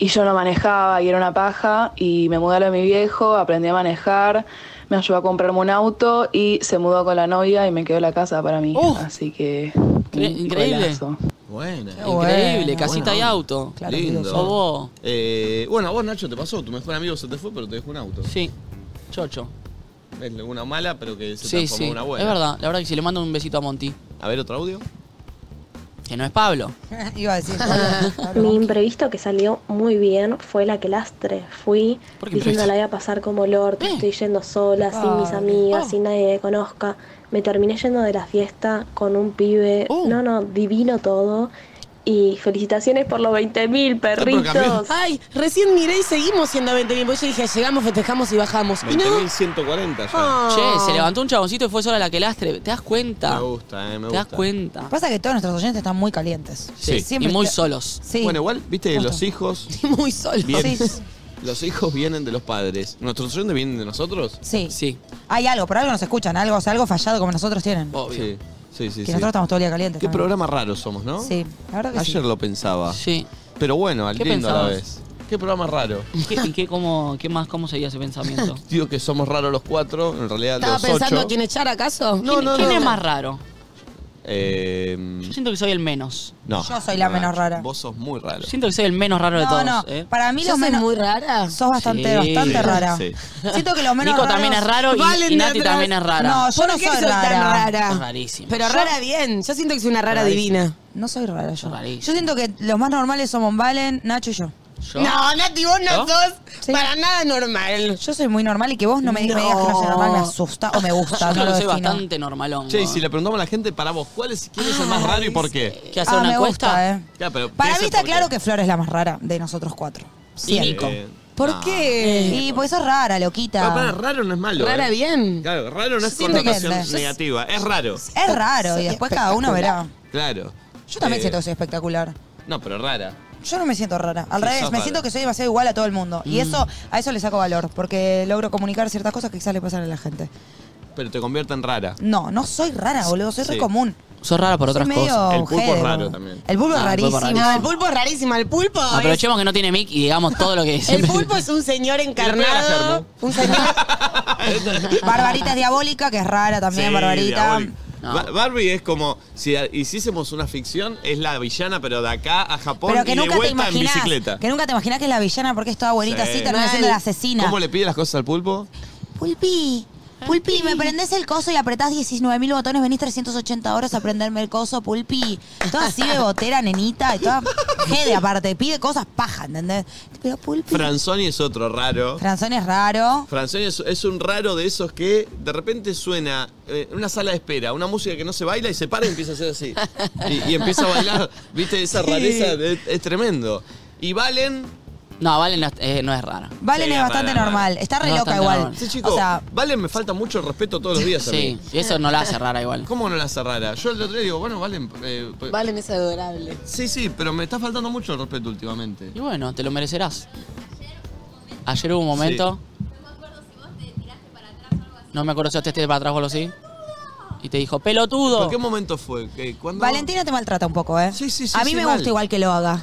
[SPEAKER 15] y yo no manejaba y era una paja y me mudé a lo de mi viejo, aprendí a manejar, me ayudó a comprarme un auto y se mudó con la novia y me quedó la casa para mí. Así que... un
[SPEAKER 4] increíble.
[SPEAKER 15] golazo.
[SPEAKER 2] Buena.
[SPEAKER 4] Increíble, casita y
[SPEAKER 2] Buena onda.
[SPEAKER 4] auto.
[SPEAKER 2] Lindo.
[SPEAKER 4] Sos vos.
[SPEAKER 2] Eh, bueno, a vos Nacho te pasó, tu mejor amigo se te fue, pero te dejó un auto.
[SPEAKER 4] Sí, chocho.
[SPEAKER 2] Es una mala, pero que se
[SPEAKER 4] Sí,
[SPEAKER 2] transformó
[SPEAKER 4] sí.
[SPEAKER 2] en una buena.
[SPEAKER 4] Es verdad, la verdad que si le mando un besito a Monty.
[SPEAKER 2] A ver otro audio.
[SPEAKER 4] Que no es Pablo.
[SPEAKER 5] Iba a decir.
[SPEAKER 6] Mi imprevisto que salió muy bien fue la que lastre. Fui diciendo la voy a pasar como Lord, estoy yendo sola, sin mis
[SPEAKER 5] Ay.
[SPEAKER 6] amigas, sin nadie que conozca. Me terminé yendo de la fiesta con un pibe. No, no, divino todo. Y felicitaciones por los 20.000 perritos.
[SPEAKER 3] Ay, recién miré y seguimos siendo 20.000. Porque yo dije, llegamos, festejamos y bajamos. Y no. Ah.
[SPEAKER 2] 20.140 ya.
[SPEAKER 4] Che, se levantó un chaboncito y fue sola la que lastre. ¿Te das cuenta?
[SPEAKER 2] Me gusta, eh, me
[SPEAKER 4] ¿Te das
[SPEAKER 2] gusta.
[SPEAKER 4] cuenta?
[SPEAKER 5] Pasa que todos nuestros oyentes están muy calientes.
[SPEAKER 2] Sí.
[SPEAKER 5] Siempre está- Sí.
[SPEAKER 2] Bueno, igual, viste,
[SPEAKER 5] Justo.
[SPEAKER 2] los hijos.
[SPEAKER 3] Muy solos.
[SPEAKER 2] vienen-
[SPEAKER 5] Sí.
[SPEAKER 2] Los hijos vienen de los padres. ¿Nuestros oyentes vienen de nosotros?
[SPEAKER 5] Sí.
[SPEAKER 4] Sí.
[SPEAKER 5] Hay algo, por algo nos escuchan, algo, o sea, algo fallado como nosotros tienen.
[SPEAKER 4] Oh,
[SPEAKER 2] Sí, sí, sí.
[SPEAKER 5] que
[SPEAKER 2] sí.
[SPEAKER 5] nosotros estamos todo el día calientes.
[SPEAKER 2] Qué
[SPEAKER 5] también.
[SPEAKER 2] programa raro somos, ¿no?
[SPEAKER 5] Sí, la verdad que sí.
[SPEAKER 2] Ayer lo pensaba.
[SPEAKER 4] Sí.
[SPEAKER 2] Pero bueno, al
[SPEAKER 4] ¿Qué
[SPEAKER 2] lindo a la
[SPEAKER 4] pensabas?
[SPEAKER 2] vez. Qué programa raro.
[SPEAKER 4] ¿Qué, y qué, cómo, qué más? ¿Cómo seguía ese pensamiento?
[SPEAKER 2] Digo que somos raros los cuatro, en realidad
[SPEAKER 3] ¿Estaba
[SPEAKER 2] los
[SPEAKER 3] pensando
[SPEAKER 2] ocho.
[SPEAKER 3] a quién echar acaso?
[SPEAKER 4] ¿Quién, quién es más raro?
[SPEAKER 2] Eh,
[SPEAKER 4] Yo siento que soy el menos.
[SPEAKER 2] no.
[SPEAKER 5] Yo soy la menos rara.
[SPEAKER 2] Vos sos muy raro.
[SPEAKER 4] Siento que soy el menos raro de
[SPEAKER 5] No,
[SPEAKER 4] todos.
[SPEAKER 5] no.
[SPEAKER 4] ¿eh?
[SPEAKER 5] Para mí
[SPEAKER 3] ¿Yo
[SPEAKER 5] los
[SPEAKER 3] soy
[SPEAKER 5] menos.
[SPEAKER 3] muy rara?
[SPEAKER 5] Sos bastante,
[SPEAKER 4] Sí.
[SPEAKER 5] bastante rara.
[SPEAKER 2] Sí.
[SPEAKER 5] Siento que los menos
[SPEAKER 4] Nico
[SPEAKER 5] raros-
[SPEAKER 4] también es raro y-
[SPEAKER 3] Valen de
[SPEAKER 4] y, Nati
[SPEAKER 3] atrás.
[SPEAKER 4] también es rara.
[SPEAKER 5] No, yo
[SPEAKER 3] ¿Por
[SPEAKER 5] no
[SPEAKER 3] qué
[SPEAKER 5] soy
[SPEAKER 3] soy tan
[SPEAKER 5] rara.
[SPEAKER 3] rara?
[SPEAKER 4] Es rarísimo.
[SPEAKER 3] Pero rara bien. Yo siento que soy una rara
[SPEAKER 4] Rarísimo.
[SPEAKER 3] divina.
[SPEAKER 5] No soy rara yo. Yo siento que los más normales somos Valen, Nacho y yo.
[SPEAKER 4] Yo-
[SPEAKER 3] No, Nati, vos no
[SPEAKER 4] ¿Yo?
[SPEAKER 3] sos para nada normal.
[SPEAKER 5] Yo soy muy normal y que vos no me, me digas que no soy normal me asusta o me gusta.
[SPEAKER 4] Yo
[SPEAKER 5] no
[SPEAKER 4] creo
[SPEAKER 5] lo
[SPEAKER 4] que soy
[SPEAKER 5] defino.
[SPEAKER 4] bastante normalón.
[SPEAKER 2] Che, y
[SPEAKER 4] boludo.
[SPEAKER 2] si le preguntamos a la gente, para vos, ¿cuál es, ¿quién es el más raro y por qué?
[SPEAKER 4] ¿Qué hacer
[SPEAKER 5] Ah,
[SPEAKER 4] una
[SPEAKER 5] me
[SPEAKER 4] encuesta?
[SPEAKER 5] gusta, eh.
[SPEAKER 2] Ya, pero
[SPEAKER 5] Para
[SPEAKER 2] piensen
[SPEAKER 5] mí está
[SPEAKER 2] por qué.
[SPEAKER 5] claro que Flor es la más rara de nosotros cuatro.
[SPEAKER 4] Y
[SPEAKER 2] Eh,
[SPEAKER 5] Siempre.
[SPEAKER 4] Nico.
[SPEAKER 3] ¿Por
[SPEAKER 2] no.
[SPEAKER 3] qué?
[SPEAKER 5] Y pues eso es rara, loquita.
[SPEAKER 2] Pero para, raro no es malo.
[SPEAKER 3] Rara
[SPEAKER 2] eh.
[SPEAKER 3] bien.
[SPEAKER 2] Claro, raro no es
[SPEAKER 5] siento que-
[SPEAKER 2] connotación
[SPEAKER 5] yo-
[SPEAKER 2] negativa, es raro.
[SPEAKER 5] Es raro y después cada uno verá.
[SPEAKER 2] Claro.
[SPEAKER 5] Yo también
[SPEAKER 2] Eh,
[SPEAKER 5] siento que soy espectacular.
[SPEAKER 2] No, pero rara.
[SPEAKER 5] Yo no me siento rara. Al
[SPEAKER 2] Sí,
[SPEAKER 5] revés, me
[SPEAKER 2] sos rara.
[SPEAKER 5] siento que soy demasiado igual a todo el mundo. Y
[SPEAKER 2] Mm.
[SPEAKER 5] eso, a eso le saco valor, porque logro comunicar ciertas cosas que quizás le pasan a la gente.
[SPEAKER 2] Pero te convierte en rara.
[SPEAKER 5] No, no soy rara, boludo, soy re
[SPEAKER 2] Sí.
[SPEAKER 5] común.
[SPEAKER 4] Sos rara por
[SPEAKER 5] Soy
[SPEAKER 4] otras
[SPEAKER 5] medio
[SPEAKER 4] cosas.
[SPEAKER 2] El pulpo
[SPEAKER 5] ojede,
[SPEAKER 2] es raro
[SPEAKER 5] boludo.
[SPEAKER 2] también.
[SPEAKER 5] El pulpo es
[SPEAKER 4] Ah, el pulpo
[SPEAKER 5] rarísimo.
[SPEAKER 4] es
[SPEAKER 3] No, el pulpo es rarísimo. El pulpo es...
[SPEAKER 4] Aprovechemos que no tiene mic y digamos todo lo que
[SPEAKER 3] El
[SPEAKER 4] Ah, siempre-
[SPEAKER 3] pulpo es un señor
[SPEAKER 2] pega la
[SPEAKER 3] encarnado.
[SPEAKER 2] germu.
[SPEAKER 3] Un señor...
[SPEAKER 5] Barbarita es diabólica, que es rara también,
[SPEAKER 2] Sí,
[SPEAKER 5] Barbarita.
[SPEAKER 2] diabólico. Ba- Barbie es como si a- hiciésemos una ficción, es la villana, pero de acá a Japón
[SPEAKER 5] Pero
[SPEAKER 2] y
[SPEAKER 5] que
[SPEAKER 2] de
[SPEAKER 5] nunca te
[SPEAKER 2] vuelta en
[SPEAKER 5] imaginás.
[SPEAKER 2] bicicleta.
[SPEAKER 5] Que nunca te imaginás que es la villana porque es toda bonita
[SPEAKER 2] Sí.
[SPEAKER 5] así, termina siendo la asesina.
[SPEAKER 2] ¿Cómo le pide las cosas al pulpo?
[SPEAKER 5] Pulpi, Pulpi, me prendés el coso y apretás 19.000 botones, venís 380 horas a prenderme el coso, Pulpi. Toda así de botera, nenita, y toda jede aparte, pide cosas paja, ¿entendés? Pero Pulpi.
[SPEAKER 2] Franzoni es otro raro.
[SPEAKER 5] Franzón es raro.
[SPEAKER 2] Franzoni es, es un raro de esos que de repente suena eh, en una sala de espera, una música que no se baila y se para y empieza a hacer así. Y, y empieza a bailar. ¿Viste? Esa
[SPEAKER 5] Sí.
[SPEAKER 2] rareza de- es, tremendo. Y Valen.
[SPEAKER 4] No, Valen no, es- eh, no es rara.
[SPEAKER 5] Valen
[SPEAKER 2] Sí,
[SPEAKER 5] es
[SPEAKER 2] es
[SPEAKER 5] bastante
[SPEAKER 2] rara,
[SPEAKER 5] normal.
[SPEAKER 2] rara.
[SPEAKER 5] Está re
[SPEAKER 4] No,
[SPEAKER 5] loca
[SPEAKER 4] está
[SPEAKER 5] igual.
[SPEAKER 4] normal.
[SPEAKER 2] Sí, chico.
[SPEAKER 5] O sea,
[SPEAKER 2] Valen me falta mucho respeto todos los días a
[SPEAKER 4] Sí,
[SPEAKER 2] mí.
[SPEAKER 4] y eso no la hace rara igual.
[SPEAKER 2] ¿Cómo no la hace rara? Yo el otro día digo, bueno, Valen. eh, pe-
[SPEAKER 3] Valen es adorable.
[SPEAKER 2] Sí, sí, pero me está faltando mucho el respeto últimamente.
[SPEAKER 4] Y bueno, te lo merecerás. Ayer hubo un momento. No me acuerdo si vos te tiraste para atrás o algo así. Y te dijo,
[SPEAKER 2] ¿Pero
[SPEAKER 4] pelotudo.
[SPEAKER 2] qué momento fue? ¿Qué- ¿Cuándo?
[SPEAKER 5] Valentina te maltrata un poco, ¿eh?
[SPEAKER 2] Sí, sí, sí,
[SPEAKER 5] A mí
[SPEAKER 2] sí,
[SPEAKER 5] me
[SPEAKER 2] mal.
[SPEAKER 5] gusta igual que lo haga.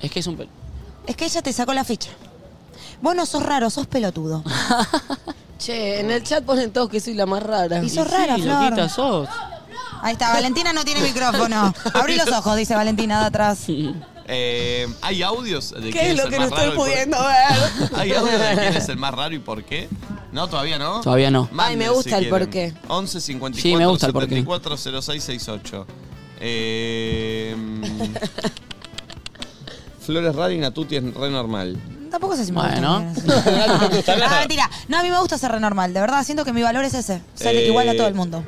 [SPEAKER 4] Es que es un pel-
[SPEAKER 5] Es que ella te sacó la ficha. Vos no sos raro, sos pelotudo.
[SPEAKER 3] Che, en el chat ponen todos que soy la más rara.
[SPEAKER 5] Y sos rara,
[SPEAKER 4] sí,
[SPEAKER 5] Flor.
[SPEAKER 4] loquita sos.
[SPEAKER 2] Ah.
[SPEAKER 5] Ahí está, Valentina no tiene micrófono. Abrí los ojos, dice Valentina de atrás.
[SPEAKER 2] Eh, ¿Hay audios de quién
[SPEAKER 3] ¿Qué es lo
[SPEAKER 2] el
[SPEAKER 3] que no
[SPEAKER 2] más
[SPEAKER 3] estoy
[SPEAKER 2] raro y por-
[SPEAKER 3] pudiendo ver?
[SPEAKER 2] ¿Hay audios de quién es el más raro y por qué? No, todavía no.
[SPEAKER 4] Todavía no.
[SPEAKER 2] Manden,
[SPEAKER 3] Ay, me gusta
[SPEAKER 2] si
[SPEAKER 3] el por
[SPEAKER 2] quieren.
[SPEAKER 3] qué.
[SPEAKER 2] 11 54
[SPEAKER 4] Sí, me gusta el por qué.
[SPEAKER 2] 74 0668. Eh, Flores rara y Natuti es re normal.
[SPEAKER 5] Tampoco sé si me
[SPEAKER 4] Bueno.
[SPEAKER 5] gusta. bien, así. Ah, mentira. No, a mí me gusta ser re normal. De verdad, siento que mi valor es ese. Ser
[SPEAKER 2] Eh,
[SPEAKER 5] igual a todo el mundo.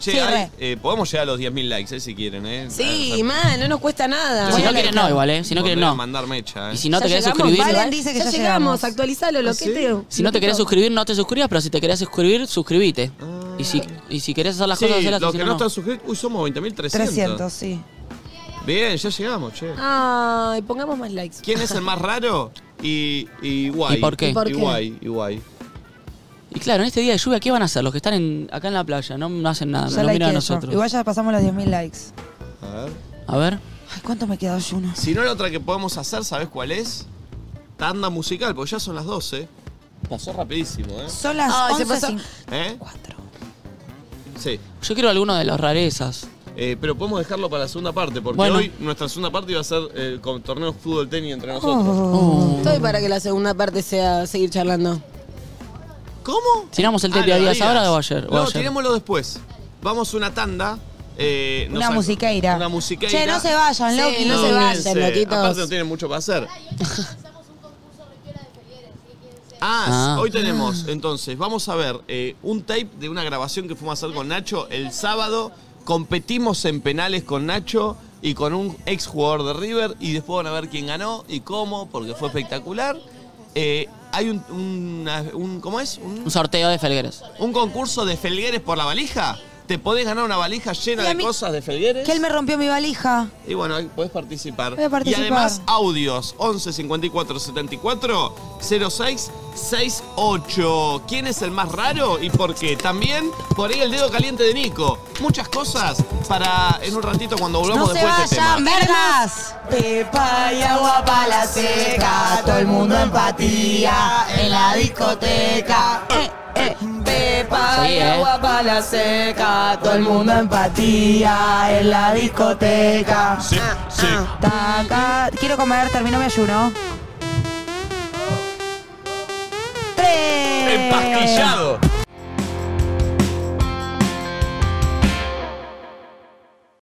[SPEAKER 2] Che,
[SPEAKER 5] Sí,
[SPEAKER 2] hay- eh, podemos llegar a los 10.000 likes eh, si quieren, ¿eh?
[SPEAKER 3] Sí, man, no nos cuesta nada.
[SPEAKER 4] Si no quieren, no, igual, ¿eh? Si no quieren,
[SPEAKER 2] Volver a
[SPEAKER 4] no.
[SPEAKER 2] mandar mecha, eh.
[SPEAKER 4] Y si no te querés
[SPEAKER 3] llegamos,
[SPEAKER 4] suscribir.
[SPEAKER 5] Valen dice que ya llegamos.
[SPEAKER 3] Actualizalo, lo que te.
[SPEAKER 4] Si no te querés suscribir, no te suscribas, pero si te querés suscribir, suscribite. Y si, y si querés hacer las
[SPEAKER 2] Sí,
[SPEAKER 4] cosas, hacelas. y
[SPEAKER 2] los
[SPEAKER 4] si
[SPEAKER 2] que no están suscritos, uy, somos
[SPEAKER 5] 300,
[SPEAKER 2] 20.300.
[SPEAKER 5] sí.
[SPEAKER 2] Bien, ya llegamos, che.
[SPEAKER 3] Ay, pongamos más likes.
[SPEAKER 2] ¿Quién es el más raro? Y, y guay.
[SPEAKER 4] ¿Y por qué?
[SPEAKER 2] Y
[SPEAKER 4] ¿Por
[SPEAKER 3] qué?
[SPEAKER 2] guay, y guay.
[SPEAKER 4] Y claro, en este día de lluvia, ¿qué van a hacer? Los que están en- acá en la playa, Ah, no, no hacen nada,
[SPEAKER 5] Ya
[SPEAKER 4] no
[SPEAKER 5] likeé
[SPEAKER 4] miran a
[SPEAKER 5] yo.
[SPEAKER 4] nosotros.
[SPEAKER 5] Igual ya pasamos los 10.000 likes.
[SPEAKER 2] A ver.
[SPEAKER 4] A ver.
[SPEAKER 10] ¿Cuánto me quedó Juno?
[SPEAKER 2] Si no, la otra que podemos hacer, ¿sabes cuál es? Tanda musical, porque ya son las 12. Pasó rapidísimo, ¿eh?
[SPEAKER 10] Son las
[SPEAKER 2] Ay, se
[SPEAKER 10] 11
[SPEAKER 2] pasó.
[SPEAKER 10] cin-
[SPEAKER 2] ¿Eh? Sí.
[SPEAKER 4] Yo quiero alguno de los rarezas.
[SPEAKER 2] Eh, pero podemos dejarlo para la segunda parte, porque
[SPEAKER 4] Bueno.
[SPEAKER 2] hoy nuestra segunda parte iba a ser eh, con torneos de fútbol tenis entre nosotros.
[SPEAKER 4] Oh.
[SPEAKER 5] Oh.
[SPEAKER 3] Estoy para que la segunda parte sea seguir charlando.
[SPEAKER 2] ¿Cómo?
[SPEAKER 4] ¿Tiramos el
[SPEAKER 2] Ah,
[SPEAKER 4] Tepi
[SPEAKER 2] lo
[SPEAKER 4] a
[SPEAKER 2] de
[SPEAKER 4] Díaz
[SPEAKER 2] Adidas.
[SPEAKER 4] ahora o ayer? O
[SPEAKER 2] No,
[SPEAKER 4] ayer.
[SPEAKER 2] tirémoslo después. Vamos una tanda. eh, nos
[SPEAKER 10] Una
[SPEAKER 2] ac-
[SPEAKER 10] musiqueira.
[SPEAKER 2] Una musiqueira.
[SPEAKER 10] Che, no se vayan,
[SPEAKER 3] Sí,
[SPEAKER 10] Loki, no
[SPEAKER 3] no,
[SPEAKER 10] se
[SPEAKER 2] Quédense.
[SPEAKER 10] vayan, loquitos.
[SPEAKER 2] Aparte no tienen mucho para hacer. Ah,
[SPEAKER 5] Ah.
[SPEAKER 2] hoy tenemos, entonces, vamos a ver eh, un tape de una grabación que fuimos a hacer con Nacho el sábado. Competimos en penales con Nacho y con un ex jugador de River y después van a ver quién ganó y cómo, porque fue espectacular. Eh, hay un, una- un- ¿cómo es? Un,
[SPEAKER 4] Un sorteo de Felgueres.
[SPEAKER 2] un concurso de felgueres por la valija. ¿Te podés ganar una valija llena
[SPEAKER 10] Y a
[SPEAKER 2] de
[SPEAKER 10] mí-
[SPEAKER 2] cosas de felgueres?
[SPEAKER 10] Que él me rompió mi valija.
[SPEAKER 2] Y bueno, ahí podés participar.
[SPEAKER 10] Voy a participar.
[SPEAKER 2] Y además, audios 11 54 74 06 68. ¿Quién es el más raro y por qué? También por ahí el dedo caliente de Nico. Muchas cosas para en un ratito cuando volvamos
[SPEAKER 10] ¡No se
[SPEAKER 2] después de este
[SPEAKER 10] vayan,
[SPEAKER 2] tema.
[SPEAKER 10] vergas!
[SPEAKER 5] Pepa y agua pa' la seca, todo el mundo empatía en la discoteca. Eh, eh. Pepa
[SPEAKER 10] Sí,
[SPEAKER 5] y
[SPEAKER 10] eh.
[SPEAKER 5] agua pa' la seca, todo el mundo empatía en la discoteca.
[SPEAKER 10] Taca. Quiero comer, termino mi ayuno. Tres.
[SPEAKER 2] Empastillado.